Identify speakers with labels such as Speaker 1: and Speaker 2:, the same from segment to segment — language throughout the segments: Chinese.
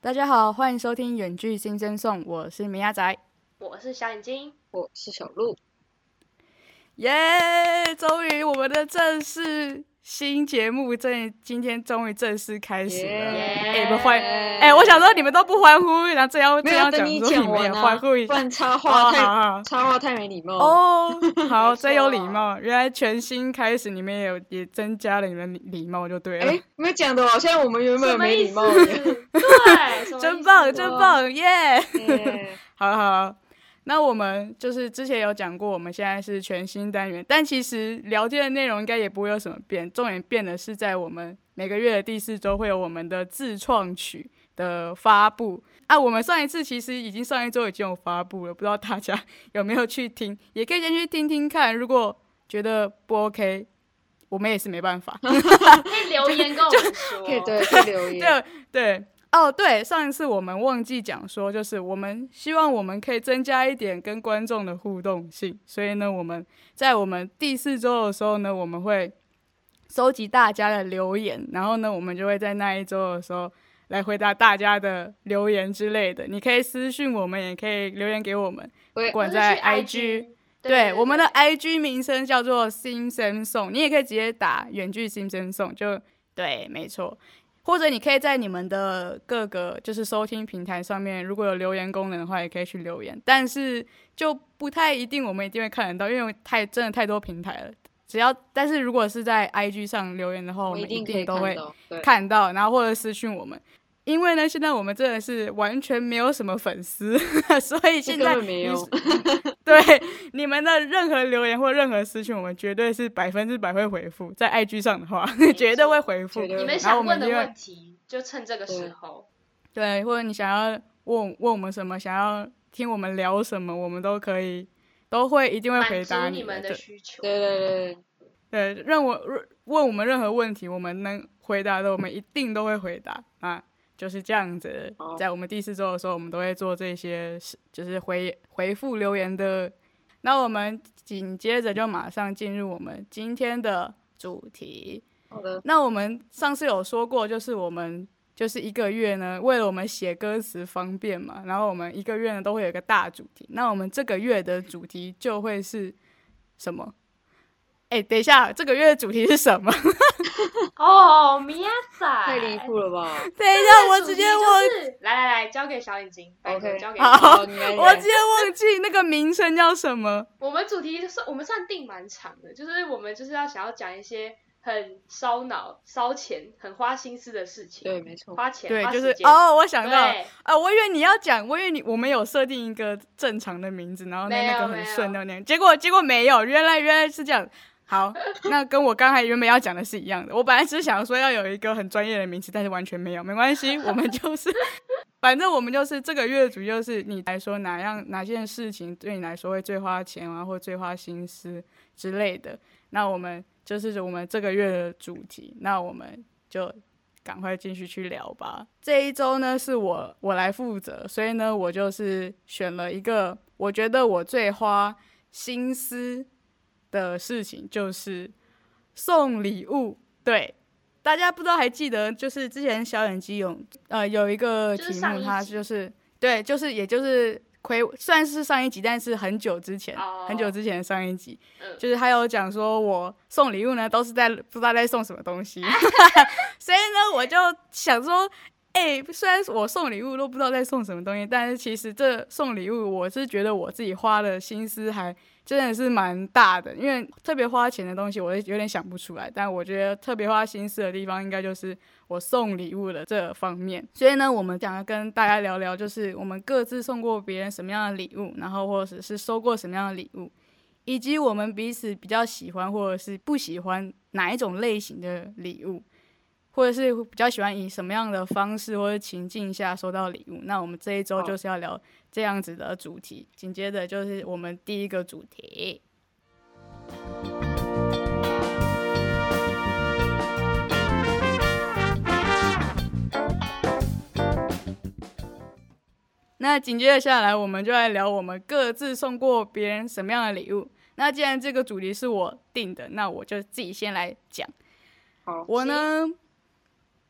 Speaker 1: 大家好，欢迎收听《远距新生颂》，我是米亚仔，
Speaker 2: 我是小眼睛，
Speaker 3: 我是小鹿。
Speaker 1: 耶、终于我们的正式新节目正今天终于正式开始了。
Speaker 3: 耶
Speaker 1: 哎你们欢哎、我想说你们都不欢呼，然后这样这
Speaker 3: 没
Speaker 1: 样
Speaker 3: 有
Speaker 1: 讲
Speaker 3: 等
Speaker 1: 说
Speaker 3: 你
Speaker 1: 你
Speaker 3: 讲
Speaker 1: 们也
Speaker 3: 完
Speaker 1: 欢
Speaker 3: 啊，
Speaker 1: 呼一
Speaker 3: 不
Speaker 1: 下。
Speaker 3: 然插话
Speaker 1: 哦，好
Speaker 3: 太
Speaker 1: 好
Speaker 3: 插话太没礼貌。，
Speaker 1: 哦，好，
Speaker 2: 没
Speaker 1: 真有
Speaker 2: 错
Speaker 1: 礼貌。原来全新开始，你们也有也增加了你们礼礼貌就对了。
Speaker 3: 哎，没有讲的，好像我们原
Speaker 2: 什
Speaker 3: 本
Speaker 2: 么
Speaker 3: 没
Speaker 2: 意
Speaker 3: 礼
Speaker 2: 思？
Speaker 3: 貌一样。
Speaker 2: 对，什么意
Speaker 1: 真
Speaker 2: 思
Speaker 1: 棒，真
Speaker 3: 啊
Speaker 1: 棒，耶、
Speaker 3: 耶
Speaker 1: 好了好了，那我们就是之前有讲过，我们现在是全新单元，但其实聊天的内容应该也不会有什么变，重点变的是在我们每个月的第四周会有我们的自创曲的发布啊。我们上一次其实已经上一周已经有发布了，不知道大家 有没有去听，也可以先去听听看，如果觉得不 OK。我们也是没办法，
Speaker 2: 可以留言跟我们说。
Speaker 3: 可以对，可以留言。
Speaker 1: 对对哦，对，上一次我们忘记讲说，就是我们希望我们可以增加一点跟观众的互动性，所以呢，我们在我们第四周的时候呢，我们会收集大家的留言，然后呢，我们就会在那一周的时候来回答大家的留言之类的。你可以私信我们，也可以留言给我们，
Speaker 3: 对
Speaker 1: 不管
Speaker 2: 或者
Speaker 1: 在
Speaker 2: 去
Speaker 1: IG。
Speaker 2: 对
Speaker 1: 对，我们的 IG 名称叫做 Sim Sam Song，你也可以直接打远距 Sim Sam Song，就对，没错。或者你可以在你们的各个就是收听平台上面，如果有留言功能的话，也可以去留言，但是就不太一定我们一定会看得到，因为太真的太多平台了。只要但是如果是在 IG 上留言的话，我
Speaker 3: 我
Speaker 1: 们
Speaker 3: 一定可
Speaker 1: 定
Speaker 3: 以
Speaker 1: 都
Speaker 3: 看
Speaker 1: 会
Speaker 3: 到。对，
Speaker 1: 看到，然后或者私讯我们。因为呢，现在我们真的是完全没有什么粉丝， 所以现在
Speaker 3: 根本没有
Speaker 1: 你是 对你们的任何留言或任何私讯，我们绝对是百分之百会回复。在 IG 上的话，绝对会回复
Speaker 3: 绝。对
Speaker 2: 你们
Speaker 1: 然后我
Speaker 2: 想
Speaker 1: 们
Speaker 2: 问
Speaker 1: 就
Speaker 2: 的
Speaker 1: 会
Speaker 2: 问题，就趁这个时候。
Speaker 1: 对，或者你想要问问我们什么，想要听我们聊什么，我们都可以，都会一定会
Speaker 2: 满
Speaker 1: 回答
Speaker 2: 足你们
Speaker 1: 的
Speaker 2: 的
Speaker 1: 对
Speaker 2: 需求，
Speaker 3: 对对对对，
Speaker 1: 对，让我问我们任何问题，我们能回答的，我们一定都会回答啊，就是这样子
Speaker 3: 好。
Speaker 1: 在我们第四周的时候，我们都会做这些事，就是回回复留言的。那我们紧接着就马上进入我们今天的主题。
Speaker 3: 好的，
Speaker 1: 那我们上次有说过，就是我们就是一个月呢，为了我们写歌词方便嘛，然后我们一个月呢都会有一个大主题。那我们这个月的主题就会是什么？哎，等一下，这个月的主题是什么？
Speaker 2: 哦，米亚 仔，
Speaker 3: 太离谱了吧
Speaker 1: 等一下，我直接忘，
Speaker 2: 是来来来，交给小眼睛，拜托
Speaker 3: OK
Speaker 2: 交给
Speaker 1: 好
Speaker 3: 好，你来
Speaker 1: 我
Speaker 3: 来
Speaker 1: 直接忘记那个名称叫什么。
Speaker 2: 我们主题算我们算定蛮长的，就是我们就是要想要讲一些很烧脑、烧钱、很花心思的事情，
Speaker 3: 对，没错。
Speaker 2: 花钱
Speaker 1: 对，
Speaker 2: 花
Speaker 1: 就
Speaker 2: 时
Speaker 1: 是
Speaker 2: 间，
Speaker 1: 哦，我想到
Speaker 2: 对，
Speaker 1: 啊，我以为你要讲，我以为你我们有设定一个正常的名字，然后那
Speaker 2: 没有
Speaker 1: 那个很顺
Speaker 2: 没
Speaker 1: 的那样，结果结果没有，原来原来是这样。 好，那跟我刚才原本要讲的是一样的。我本来只是想说要有一个很专业的名词，但是完全没有，没关系，我 们就是，反正我们就是这个月主就是你来说哪样哪件事情对你来说会最花钱啊，或最花心思之类的。那我们就是我们这个月的主题，那我们就赶快继续去聊吧。这一周呢是我我来负责，所以呢我就是选了一个我觉得我最花心思的事情，就是送礼物。对，大家不知道还记得，就是之前小眼鸡有呃有一个
Speaker 2: 就是
Speaker 1: 题
Speaker 2: 上一
Speaker 1: 目，
Speaker 2: 集
Speaker 1: 它就是对，就是也就是亏算是上一集，但是很久之前
Speaker 2: 哦
Speaker 1: 很久之前的上一集，
Speaker 2: 嗯
Speaker 1: 就是他有讲说我送礼物呢都是在不知道在送什么东 西，所以呢我就想说。哎、虽然我送礼物都不知道在送什么东西，但是其实这送礼物，我是觉得我自己花的心思还真的是蛮大的，因为特别花钱的东西，我有点想不出来。但我觉得特别花心思的地方，应该就是我送礼物的这方面。所以呢，我们想要跟大家聊聊，就是我们各自送过别人什么样的礼物，然后或者是收过什么样的礼物，以及我们彼此比较喜欢或者是不喜欢哪一种类型的礼物，或者是比较喜欢以什么样的方式或者情境下收到礼物。那我们这一周
Speaker 3: 好
Speaker 1: 就是要聊这样子的主题，紧接着就是我们第一个主题。那紧接着下来，我们就来聊我们各自送过别人什么样的礼物。那既然这个主题
Speaker 2: 哦
Speaker 1: 是我定的，那我就自己先来讲。
Speaker 3: 好，
Speaker 1: 我呢，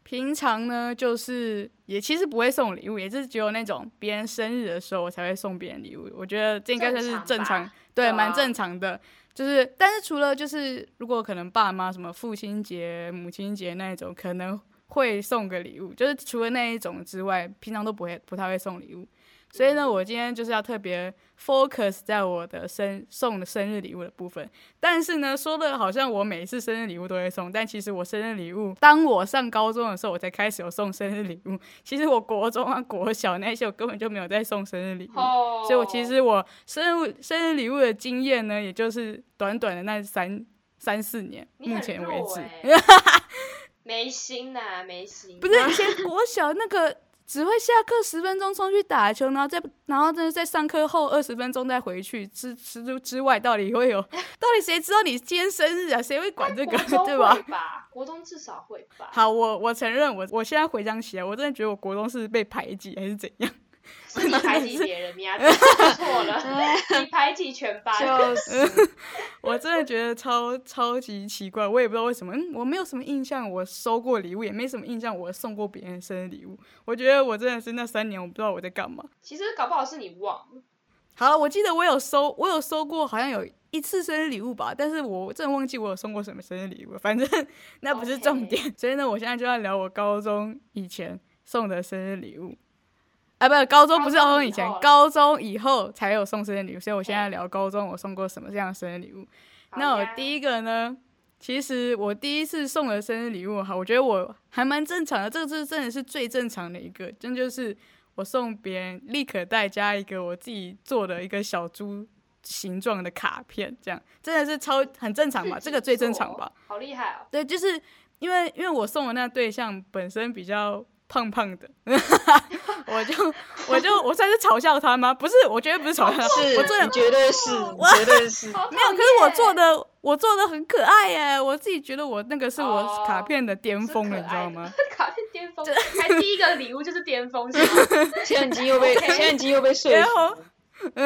Speaker 1: 平常呢，就是也其实不会送礼物，也是只有那种别人生日的时候我才会送别人礼物。我觉得这应该算是
Speaker 2: 正
Speaker 1: 正
Speaker 2: 常
Speaker 1: 常，
Speaker 2: 吧
Speaker 1: 对，
Speaker 3: 对
Speaker 1: 蛮
Speaker 3: 啊
Speaker 1: 正常的。就是，但是除了就是，如果可能爸妈什么父亲节、母亲节那一种，可能会送个礼物。就是除了那一种之外，平常都不会不太会送礼物。所以呢，我今天就是要特别 focus 在我的生送的生日礼物的部分。但是呢，说的好像我每次生日礼物都会送，但其实我生日礼物，当我上高中的时候，我才开始有送生日礼物。其实我国中啊、国小那些，我根本就没有在送生日礼物。
Speaker 2: 哦，
Speaker 1: 嗯所以我其实我生日生日礼物的经验呢，也就是短短的那三三四年，
Speaker 2: 你
Speaker 1: 目
Speaker 2: 很
Speaker 1: 前为止。
Speaker 2: 弱 欸 没心呐、没心。
Speaker 1: 不是以前国小那个只会下课十分钟冲去打球，然后再然后真的在上课后二十分钟再回去之之之外，到底会有到底谁知道你今天生日啊？谁会管这个
Speaker 2: 国中
Speaker 1: 对
Speaker 2: 会
Speaker 1: 吧？
Speaker 2: 吧？国中至少会吧。
Speaker 1: 好，我我承认，我我现在回想起来，我真的觉得我国中是被排挤还是怎样？
Speaker 2: 是你排挤别人，你啊，错了，你排挤全班。
Speaker 3: 就是
Speaker 1: 我真的觉得超超级奇怪，我也不知道为什么，嗯，我没有什么印象，我收过礼物也没什么印象，我送过别人生日礼物。我觉得我真的是那三年，我不知道我在干嘛。
Speaker 2: 其实搞不好是你忘了，
Speaker 1: 好了，我记得我有收，我有收过，好像有一次生日礼物吧，但是我真的忘记我有送过什么生日礼物了，反正那不是重点。所以呢，我现在就要聊我高中以前送的生日礼物。啊，不，高中不是
Speaker 2: 高
Speaker 1: 高
Speaker 2: 中
Speaker 1: 中
Speaker 2: 以
Speaker 1: 以前
Speaker 2: 后，
Speaker 1: 高中以后才有送生日礼物，所以我现在聊高中我送过什么这样的生日礼物。那我
Speaker 2: 一
Speaker 1: 第一个呢，其实我第一次送的生日礼物哈，我觉得我还蛮正常的，这个是真的是最正常的一个，真就是我送别人立可带加一个我自己做的一个小猪形状的卡片，这样真的是超很正常吧，这个最正常吧？，
Speaker 2: 好厉害哦！
Speaker 1: 对，就是因为因为我送的那对象本身比较胖胖的，我就我就我算是嘲笑他吗？不是，我觉得不是嘲笑他，
Speaker 3: 是，
Speaker 1: 我真的
Speaker 3: 你绝对是，你绝对是。
Speaker 2: 好讨厌
Speaker 1: 没有，可是我做的，我做的很可爱耶！我自己觉得我那个是
Speaker 2: 哦
Speaker 1: 我卡片的巅
Speaker 2: 是
Speaker 1: 峰了，
Speaker 2: 可
Speaker 1: 你知道
Speaker 2: 爱的
Speaker 1: 吗？？
Speaker 2: 卡片巅峰，还第一个礼物就是巅峰，是吗
Speaker 3: 现在已经又被
Speaker 2: OK
Speaker 3: 现在已经又被说
Speaker 1: 然
Speaker 3: 服
Speaker 1: 后
Speaker 3: 了。
Speaker 2: 没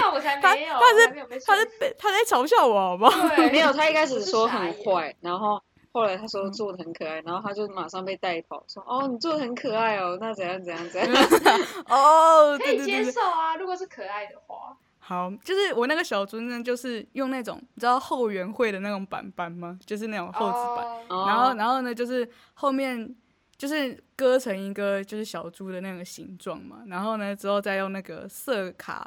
Speaker 2: 有，我才
Speaker 1: 他
Speaker 2: 没有，
Speaker 1: 他是
Speaker 2: 我才没有被
Speaker 1: 他
Speaker 2: 说
Speaker 1: 在被他在嘲笑我，好不好？
Speaker 2: 对，
Speaker 3: 哎没有，他一开始说
Speaker 2: 我
Speaker 3: 很
Speaker 2: 是傻眼，
Speaker 3: 坏，然后后来他
Speaker 1: 嗯
Speaker 3: 说做的很可爱，然后他就马上被带跑，说哦你做的很可爱哦，那怎样怎样怎
Speaker 1: 嗯
Speaker 3: 样。
Speaker 1: 哦，
Speaker 2: 可
Speaker 1: 对
Speaker 2: 以
Speaker 1: 对
Speaker 2: 接
Speaker 1: 对对，
Speaker 2: 受啊，如果是可爱的话，
Speaker 1: 好，就是我那个小猪呢，就是用那种你知道后援会的那种板板吗？就是那种厚纸板，
Speaker 2: 哦
Speaker 3: 然
Speaker 1: 然后然后呢，就是后面就是割成一个就是小猪的那个形状嘛，然后呢之后再用那个色卡，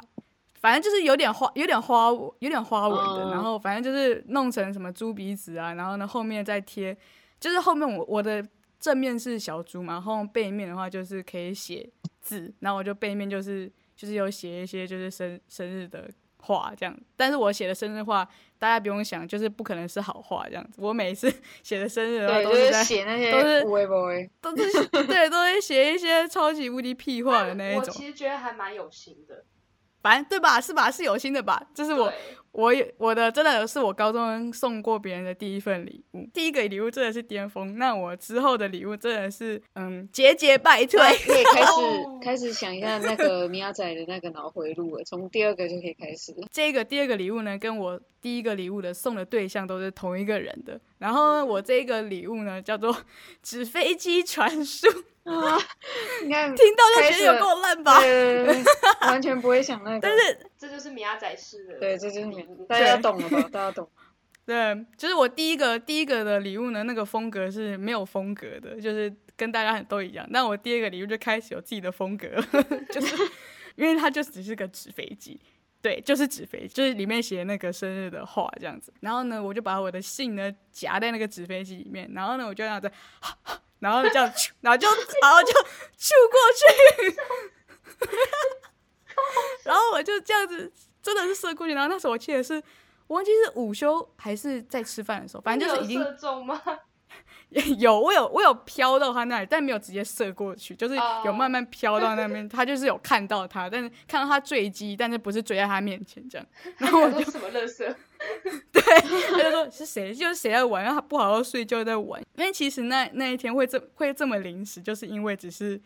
Speaker 1: 反正就是有点花有点花纹有点花纹的，
Speaker 3: 嗯
Speaker 1: 然后反正就是弄成什么猪鼻子啊，然后呢后面再贴，就是后面我我的正面是小猪嘛，然后背面的话就是可以写字，然后我就背面就是就是有写一些就是生生日的话这样，但是我写的生日话大家不用想，就是不可能是好话这样子。我每次写的生日的话
Speaker 3: 对，
Speaker 1: 都
Speaker 3: 就是是
Speaker 1: 在
Speaker 3: 写那
Speaker 1: 都是
Speaker 3: 些微 博。
Speaker 1: 都是对都会写一些超级无敌屁话的那一
Speaker 2: 我
Speaker 1: 种，
Speaker 2: 其实觉得还蛮有心的。
Speaker 1: 反正对吧？是吧？是有心的吧？这是我
Speaker 2: 对
Speaker 1: 我也我的真的是我高中送过别人的第一份礼物，第一个礼物真的是巅峰。那我之后的礼物真的是嗯节节败退。
Speaker 3: 可以开始
Speaker 2: 哦
Speaker 3: 开始想一下那个米亚仔的那个脑回路了，从第二个就可以开始 了。
Speaker 1: 这个第二个礼物呢，跟我第一个礼物的送的对象都是同一个人的。然后呢，我这个礼物呢叫做纸飞机传书，
Speaker 3: 啊，你看，
Speaker 1: 听到就觉
Speaker 3: 开始
Speaker 1: 得有
Speaker 3: 了
Speaker 1: 够烂吧？
Speaker 3: 对对对对呃完全不会想那个。但是
Speaker 2: 这就是米亚仔式的，
Speaker 3: 对，这就是你大家懂了吧？大家懂。
Speaker 1: 对，就是我第一个第一个的礼物呢，那个风格是没有风格的，就是跟大家很都一样。那我第二个礼物就开始有自己的风格， 就是因为它就只是个纸飞机，对，就是纸飞机，就是里面写那个生日的话这样子。然后呢，我就把我的信呢夹在那个纸飞机里面，然后呢，我就这样子， 然后这样，然后就然后就咻过去，然后我就这样子，真的是射过去。然后那时候我记得是。我忘记是午休还是在吃饭的时候，反正就是已
Speaker 2: 你有射
Speaker 1: 经
Speaker 2: 中吗？
Speaker 1: 有我有我有飘到他那里，但没有直接射过去，就是
Speaker 2: 哦
Speaker 1: 有慢慢飘到那边。他就是有看到他，但是看到他坠机，但是不是追在他面前这样。然后我
Speaker 2: 都
Speaker 1: 就
Speaker 2: 什么乐色？
Speaker 1: 他就说是谁，就是谁在玩，然后他不好好睡觉在玩。因为其实那那一天会这会这么临时，就是因为只是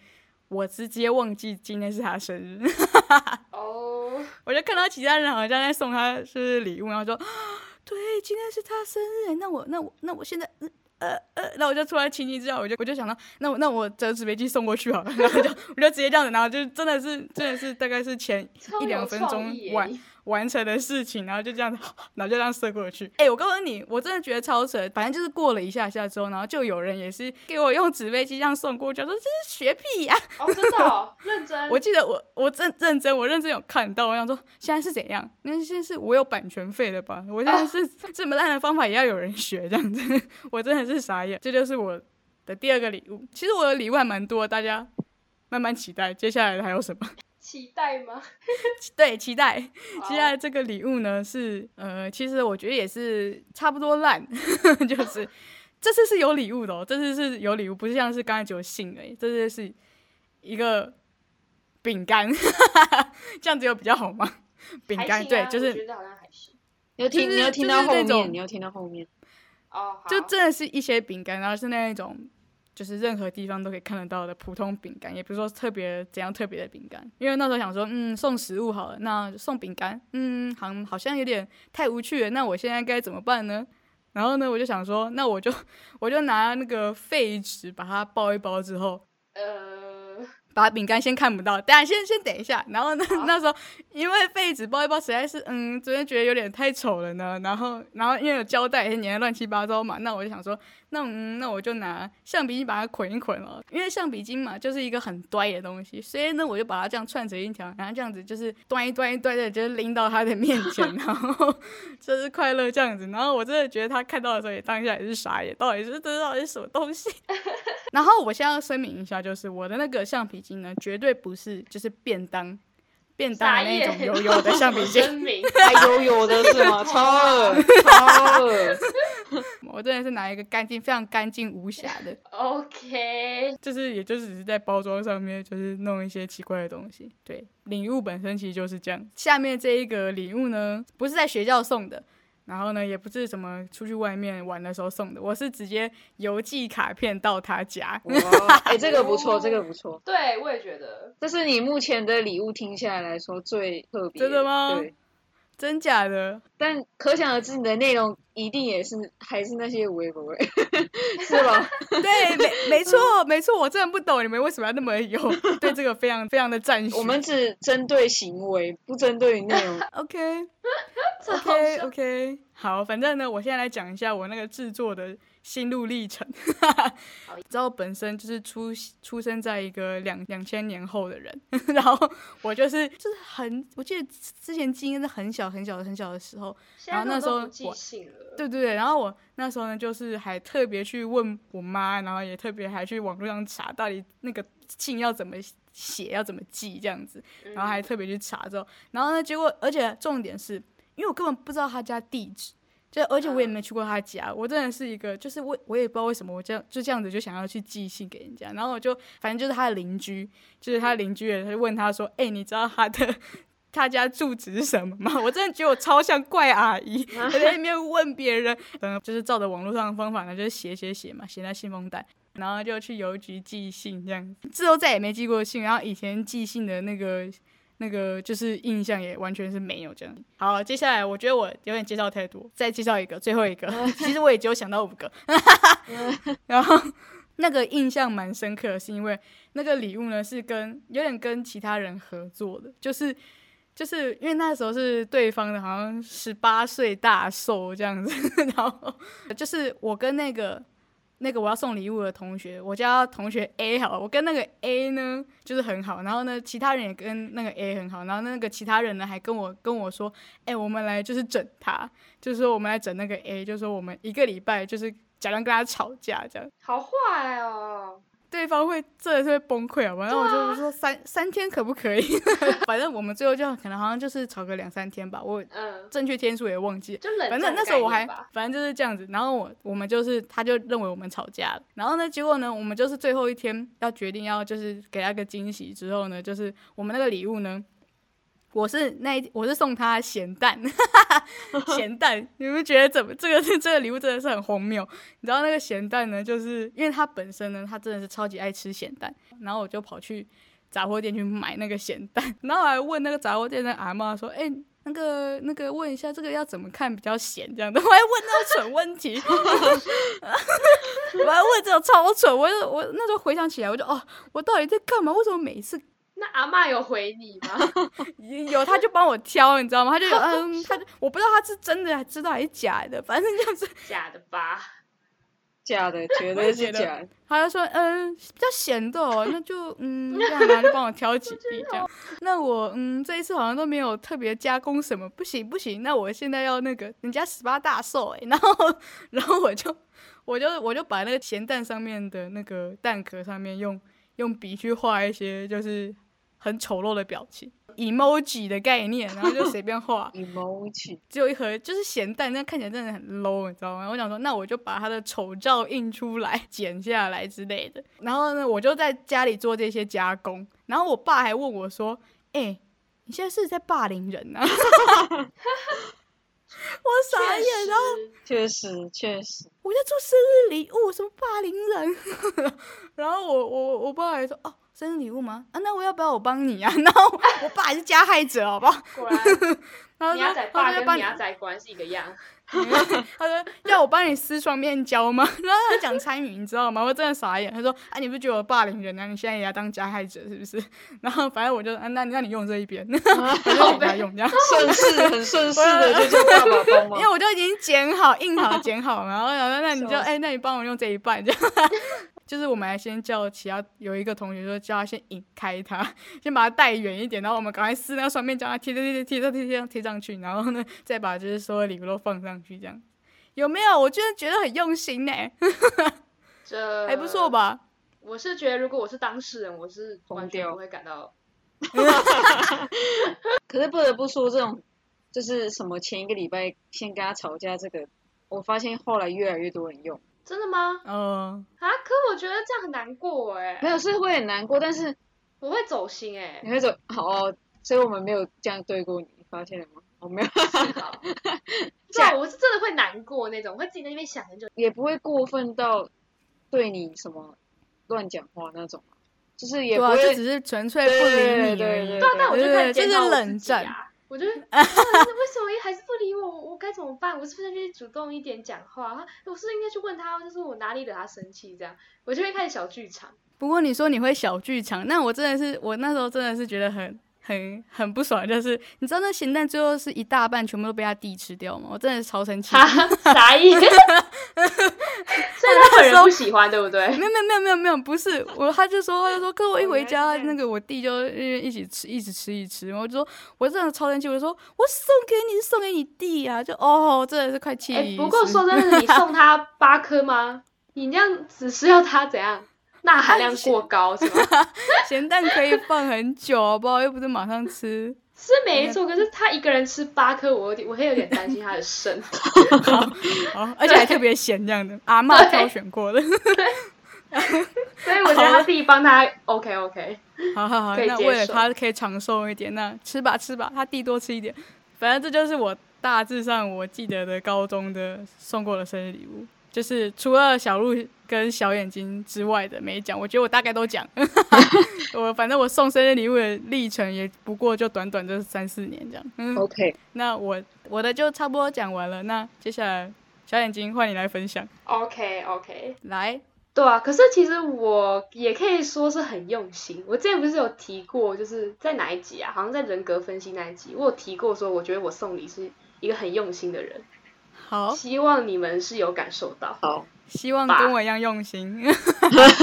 Speaker 1: 我直接忘记今天是他生日。
Speaker 2: 哦，
Speaker 1: 我就看到其他人好像在送他就是礼物，然后说，啊对，今天是他生日，那我那我那我现在嗯呃呃，那我就突然情急之下，我就我就想到，那我那我折纸飞机送过去好了，然后就我就直接这样子，然后就真的是真的是大概是前
Speaker 2: 超
Speaker 1: 一两
Speaker 2: 有
Speaker 1: 分
Speaker 2: 创
Speaker 1: 钟
Speaker 2: 意耶
Speaker 1: 完
Speaker 2: 你
Speaker 1: 完成的事情，然后就这样子，然后就这样射过去。哎、我告诉你，我真的觉得超扯。反正就是过了一下下之后，然后就有人也是给我用纸飞机这样送过去，我说这是学屁呀、
Speaker 2: 哦，真的哦，认真。
Speaker 1: 我记得我我认认真，我认真有看到，我想说现在是怎样？那现在是我有版权费了吧？我现在是、这么烂的方法也要有人学这样子， 我真的是傻眼。这就是我的第二个礼物。其实我的礼物还蛮多，大家慢慢期待接下来的还有什么？
Speaker 2: 期待吗？
Speaker 1: 对，期待。接下
Speaker 2: 好
Speaker 1: 来这个礼物呢是呃，其实我觉得也是差不多烂， 就是这次是有礼物的哦，这次是有礼物，不是像是刚才只有信而已，这次是一个饼干， 这样子有比较好吗？饼
Speaker 2: 还
Speaker 1: 干、
Speaker 2: 行
Speaker 1: 对，
Speaker 2: 啊
Speaker 1: 就
Speaker 2: 我
Speaker 1: 是
Speaker 2: 觉得好像还行。
Speaker 3: 你要听，
Speaker 1: 就是
Speaker 3: 你要听
Speaker 1: 就是
Speaker 3: 到后
Speaker 1: 那种
Speaker 3: 面，你要听到后面。
Speaker 2: 哦，好
Speaker 1: 就真的是一些饼干，然后是那一种就是任何地方都可以看得到的普通饼干，也不是说特别怎样特别的饼干。因为那时候想说，嗯，送食物好了，那送饼干，嗯，好好像有点太无趣了。那我现在该怎么办呢？ 然后呢，我就想说，那我就我就拿那个废纸把它包一包之后，
Speaker 2: 呃，
Speaker 1: 把饼干先看不到，等下先先等一下。然后那
Speaker 2: 好
Speaker 1: 那时候因为废纸包一包实在是，嗯，昨天觉得有点太丑了呢。然后然后因为有胶带也是粘的乱七八糟嘛，那我就想说，那嗯，那我就拿橡皮筋把它捆一捆了，因为橡皮筋嘛就是一个很乖的东西，所以呢我就把它这样串成一条，然后这样子就是端一端一端的，就是拎到他的面前， 然后就是快乐这样子。然后我真的觉得他看到的时候也当下也是傻眼，到底是这到底是什么东西？ 然后我现在要声明一下，就是我的那个橡皮筋呢，绝对不是就是便当便当的
Speaker 2: 傻
Speaker 1: 那一
Speaker 2: 眼
Speaker 1: 种油油的橡皮筋，
Speaker 2: 声 明，
Speaker 3: 还有有哎的是吗？超恶，超 恶。
Speaker 1: 我真的是拿一个干净、非常干净无瑕的，
Speaker 2: OK，
Speaker 1: 就是也就只是在包装上面就是弄一些奇怪的东西。对，礼物本身其实就是这样。下面这一个礼物呢，不是在学校送的。然后呢，也不是什么出去外面玩的时候送的，我是直接邮寄卡片到他家。
Speaker 3: 哇，哎、这个不错，这个不错，
Speaker 2: 对我也觉得
Speaker 3: 这是你目前的礼物听下来来说最特别。
Speaker 1: 真的吗
Speaker 3: 对，
Speaker 1: 真假 的？
Speaker 3: 但可想而知，你的内容一定也是还是那些微博，欸 是吧？
Speaker 1: 对，没没错，没错，我真的不懂你们为什么要那么有 对这个非常非常的赞许。
Speaker 3: 我们只针对行为，不针对于内容。
Speaker 1: OK
Speaker 2: 这好
Speaker 1: OK
Speaker 2: 像
Speaker 1: OK，好，反正呢，我现在来讲一下我那个制作的心路历程。 知道本身就是出出生在一个两两千年后的人， 然后我就是就是很，我记得之前记忆是很小很小很小的时候，
Speaker 2: 现在
Speaker 1: 然后那
Speaker 2: 根本都
Speaker 1: 时候
Speaker 2: 不记
Speaker 1: 我
Speaker 2: 性了。
Speaker 1: 对对对，然后我那时候呢，就是还特别去问我妈，然后也特别还去网络上查到底那个信要怎么写，要怎么记这样子，
Speaker 2: 嗯
Speaker 1: 然后还特别去查之后，然后呢，结果而且重点是因为我根本不知道他家地址。就而且我也没去过他家，我真的是一个，就是我我也不知道为什么我这样就这样子就想要去寄信给人家，然后我就反正就是他的邻居，就是他的邻居也是问他说，哎、你知道他的 他家住址是什么吗？我真的觉得我超像怪阿姨，我在那边问别人，嗯，就是照着网络上的方法呢，就是写写写嘛，写在信封袋，然后就去邮局寄信这样子。之后再也没寄过信，然后以前寄信的那个那个就是印象也完全是没有这样。好，接下来我觉得我有点介绍太多，再介绍一个，最后一个，其实我也只有想到五个，然后。那个印象蛮深刻的，是因为那个礼物呢是跟有点跟其他人合作的，就是就是因为那时候是对方的好像十八岁大寿这样子， 然后就是我跟那个那个我要送礼物的同学，我叫他同学 A 好了，我跟那个 A 呢就是很好，然后呢其他人也跟那个 A 很好，然后那个其他人呢还跟我跟我说，哎、我们来就是整他，就是说我们来整那个 A，就是说我们一个礼拜就是假装跟他吵架这样。
Speaker 2: 好坏哦，
Speaker 1: 对方会真的是会崩溃好吧？然后我就说三、三天可不可以？ 反正我们最后就可能好像就是吵个两三天吧，我
Speaker 2: 嗯，
Speaker 1: 正确天数也忘记了。
Speaker 2: 就
Speaker 1: 反
Speaker 2: 冷战
Speaker 1: 正
Speaker 2: 的
Speaker 1: 那时候
Speaker 2: 概
Speaker 1: 我还
Speaker 2: 念吧
Speaker 1: 反正就是这样子，然后我我们就是他就认为我们吵架了，然后呢，结果呢，我们就是最后一天要决定要就是给他个惊喜之后呢，就是我们那个礼物呢，我是那一我是送他咸蛋， 咸蛋，你们觉得怎么？这个是这个礼物真的是很荒谬。你知道那个咸蛋呢，就是因为他本身呢，他真的是超级爱吃咸蛋，然后我就跑去。杂货店去买那个咸蛋，然后我还问那个杂货店的阿嬷说：“哎、那个那个问一下这个要怎么看比较咸这样的， 我还问那种蠢问题， 我还问这种超蠢，我就我那时候回想起来，我就哦，我到底在干嘛？为什么每一次
Speaker 2: 那阿嬷有回你吗？
Speaker 1: 有他就帮我挑，你知道吗？他就嗯，他就我不知道他是真的还知道还是假的，反正就是
Speaker 2: 假的吧？
Speaker 3: 假的，绝
Speaker 1: 也
Speaker 3: 对
Speaker 1: 觉
Speaker 3: 是
Speaker 1: 得
Speaker 3: 假的。。
Speaker 1: 他就说，嗯，比较咸的、哦，那 就嗯这样啊，就帮我挑几滴这样。那我嗯这一次好像都没有特别加工什么，不行不行，那我现在要那个人家十八大寿哎、 然后然后我就我就我就把那个咸蛋上面的那个蛋壳上面用用笔去画一些就是很丑陋的表情，emoji 的概念，然后就随便画
Speaker 3: emoji，
Speaker 1: 只有一盒，就是咸蛋，那看起来真的很 low，你知道吗？我想说，那我就把他的丑照印出来、剪下来之类的。然后呢，我就在家里做这些加工。然后我爸还问我说：“哎、你现在是在霸凌人啊？” 我傻
Speaker 2: 确
Speaker 1: 眼，然后
Speaker 2: 实，
Speaker 3: 确实确实，
Speaker 1: 我在做生日礼物，什么霸凌人？ 然后我我我爸还说：“哦，生日礼物吗？啊，那我要不要我帮你啊？” 然后我爸还是加害者，好不好？
Speaker 2: 果然
Speaker 1: 然后
Speaker 2: 鸭
Speaker 1: 说
Speaker 2: 仔：“
Speaker 1: 他
Speaker 2: 爸
Speaker 1: 说要
Speaker 2: 跟
Speaker 1: 帮你啊
Speaker 2: 鸭仔果然是一 个样。
Speaker 1: 他说要我帮你撕双面胶吗？ 然后他讲参与，你知道吗？我真的傻眼。他说啊，你不觉得我霸凌人啊？你现在也要当加害者是不是？ 然后反正我就啊，那那你用这一边， 我就给他 用这样。
Speaker 3: 顺势很顺势的就叫爸爸帮
Speaker 1: 因
Speaker 3: 忙
Speaker 1: 为。我就已经剪好、印好、剪好嘛，然后我想说，那你就
Speaker 3: 笑死
Speaker 1: 哎、那你帮我用这一半，这样。 就是我们还先叫其他有一个同学说，叫他先引开他，先把他带远一点，然后我们赶快撕那个双面胶，贴贴贴贴贴贴贴上贴上去，然后呢，再把就是所有礼物都放上去，这样有没有？我真的觉得很用心呢、
Speaker 2: 这
Speaker 1: 还不错？吧？
Speaker 2: 我是觉得，如果我是当事人，我是完
Speaker 3: 疯
Speaker 2: 全
Speaker 3: 掉
Speaker 2: 不会感到
Speaker 3: 可是不得不说，这种就是什么前一个礼拜先跟他吵架这个，我发现后来越来越多人用，
Speaker 2: 真的吗？
Speaker 1: 哦、
Speaker 2: 啊，可我觉得这样很难过哎、
Speaker 3: 没有是会很难过，但是
Speaker 2: 我会走心哎、
Speaker 3: 你会说好、哦，所以我们没有这样对过你，你发现了吗？我没有，
Speaker 2: 对啊，我是真的会难过那种，我会自己在那边想很久。
Speaker 3: 也不会过分到对你什么乱讲话那种，就是也
Speaker 1: 对
Speaker 3: 不
Speaker 1: 啊，就
Speaker 3: 会
Speaker 1: 只是纯粹不理你
Speaker 3: 对对对
Speaker 1: 而已。
Speaker 3: 对
Speaker 2: 对啊，但我就在
Speaker 1: 对这
Speaker 2: 检
Speaker 1: 是
Speaker 2: 讨我
Speaker 1: 冷
Speaker 2: 自己
Speaker 1: 战
Speaker 2: 啊。我就真的是为什么还是不理我？我我该怎么办？我是不是应该主动一点讲话？啊我是不是应该去问他，就是我哪里惹他生气？这样，我就会开始小剧场。
Speaker 1: 不过你说你会小剧场，那我真的是，我那时候真的是觉得很很很不爽，就是你知道那咸蛋最后是一大半全部都被他弟吃掉吗？我真的是超生气。
Speaker 2: 哈， 啥意思？所以他本人不喜欢，对哎不 对？
Speaker 1: 没有没有没有没有没有，不是我，他就说他就说，可是我一
Speaker 2: 哦
Speaker 1: 回
Speaker 2: 原来是
Speaker 1: 家，
Speaker 2: 这样
Speaker 1: 那个我弟就呃一起吃，一直吃，一起吃。然后我就说，我真的超生气，我就说我送给你是送给你弟啊，就哦，真的是快气
Speaker 2: 哎、
Speaker 1: 死。
Speaker 2: 不过说真的，你送他八颗吗？你那样只是要他怎样？钠含量过高是吗？
Speaker 1: 咸蛋可以放很久，好不好？又不是马上吃。
Speaker 2: 是没错，可是他一个人吃八颗，我有点，我会有点担心他的肾。
Speaker 1: 哦，而且还特别咸这样的，阿嬷挑选过 的。
Speaker 2: 所以我觉得他自己帮他 OK OK。
Speaker 1: 好好好，
Speaker 2: 可以
Speaker 1: 那
Speaker 2: 接
Speaker 1: 为了
Speaker 2: 受
Speaker 1: 他可以长寿一点，那吃吧吃吧，他弟多吃一点。反正这就是我大致上我记得的高中的送过的生日礼物，就是除了小鹿跟小眼睛之外的没讲，我觉得我大概都 讲。 我反正我送生日礼物的历程也不过就短短这三四年这样。嗯，
Speaker 3: OK。。
Speaker 1: 那我我的就差不多讲完了，那接下来小眼睛换你来分享，
Speaker 2: OK OK，
Speaker 1: 来。
Speaker 2: 对啊，可是其实我也可以说是很用心。我之前不是有提过，就是在哪一集啊？好像在人格分析那一集，我有提过说，我觉得我送礼是一个很用心的人，
Speaker 1: 好，
Speaker 2: 希望你们是有感受 到
Speaker 3: 好，
Speaker 1: 希望
Speaker 2: 吧
Speaker 1: 跟我一样用心。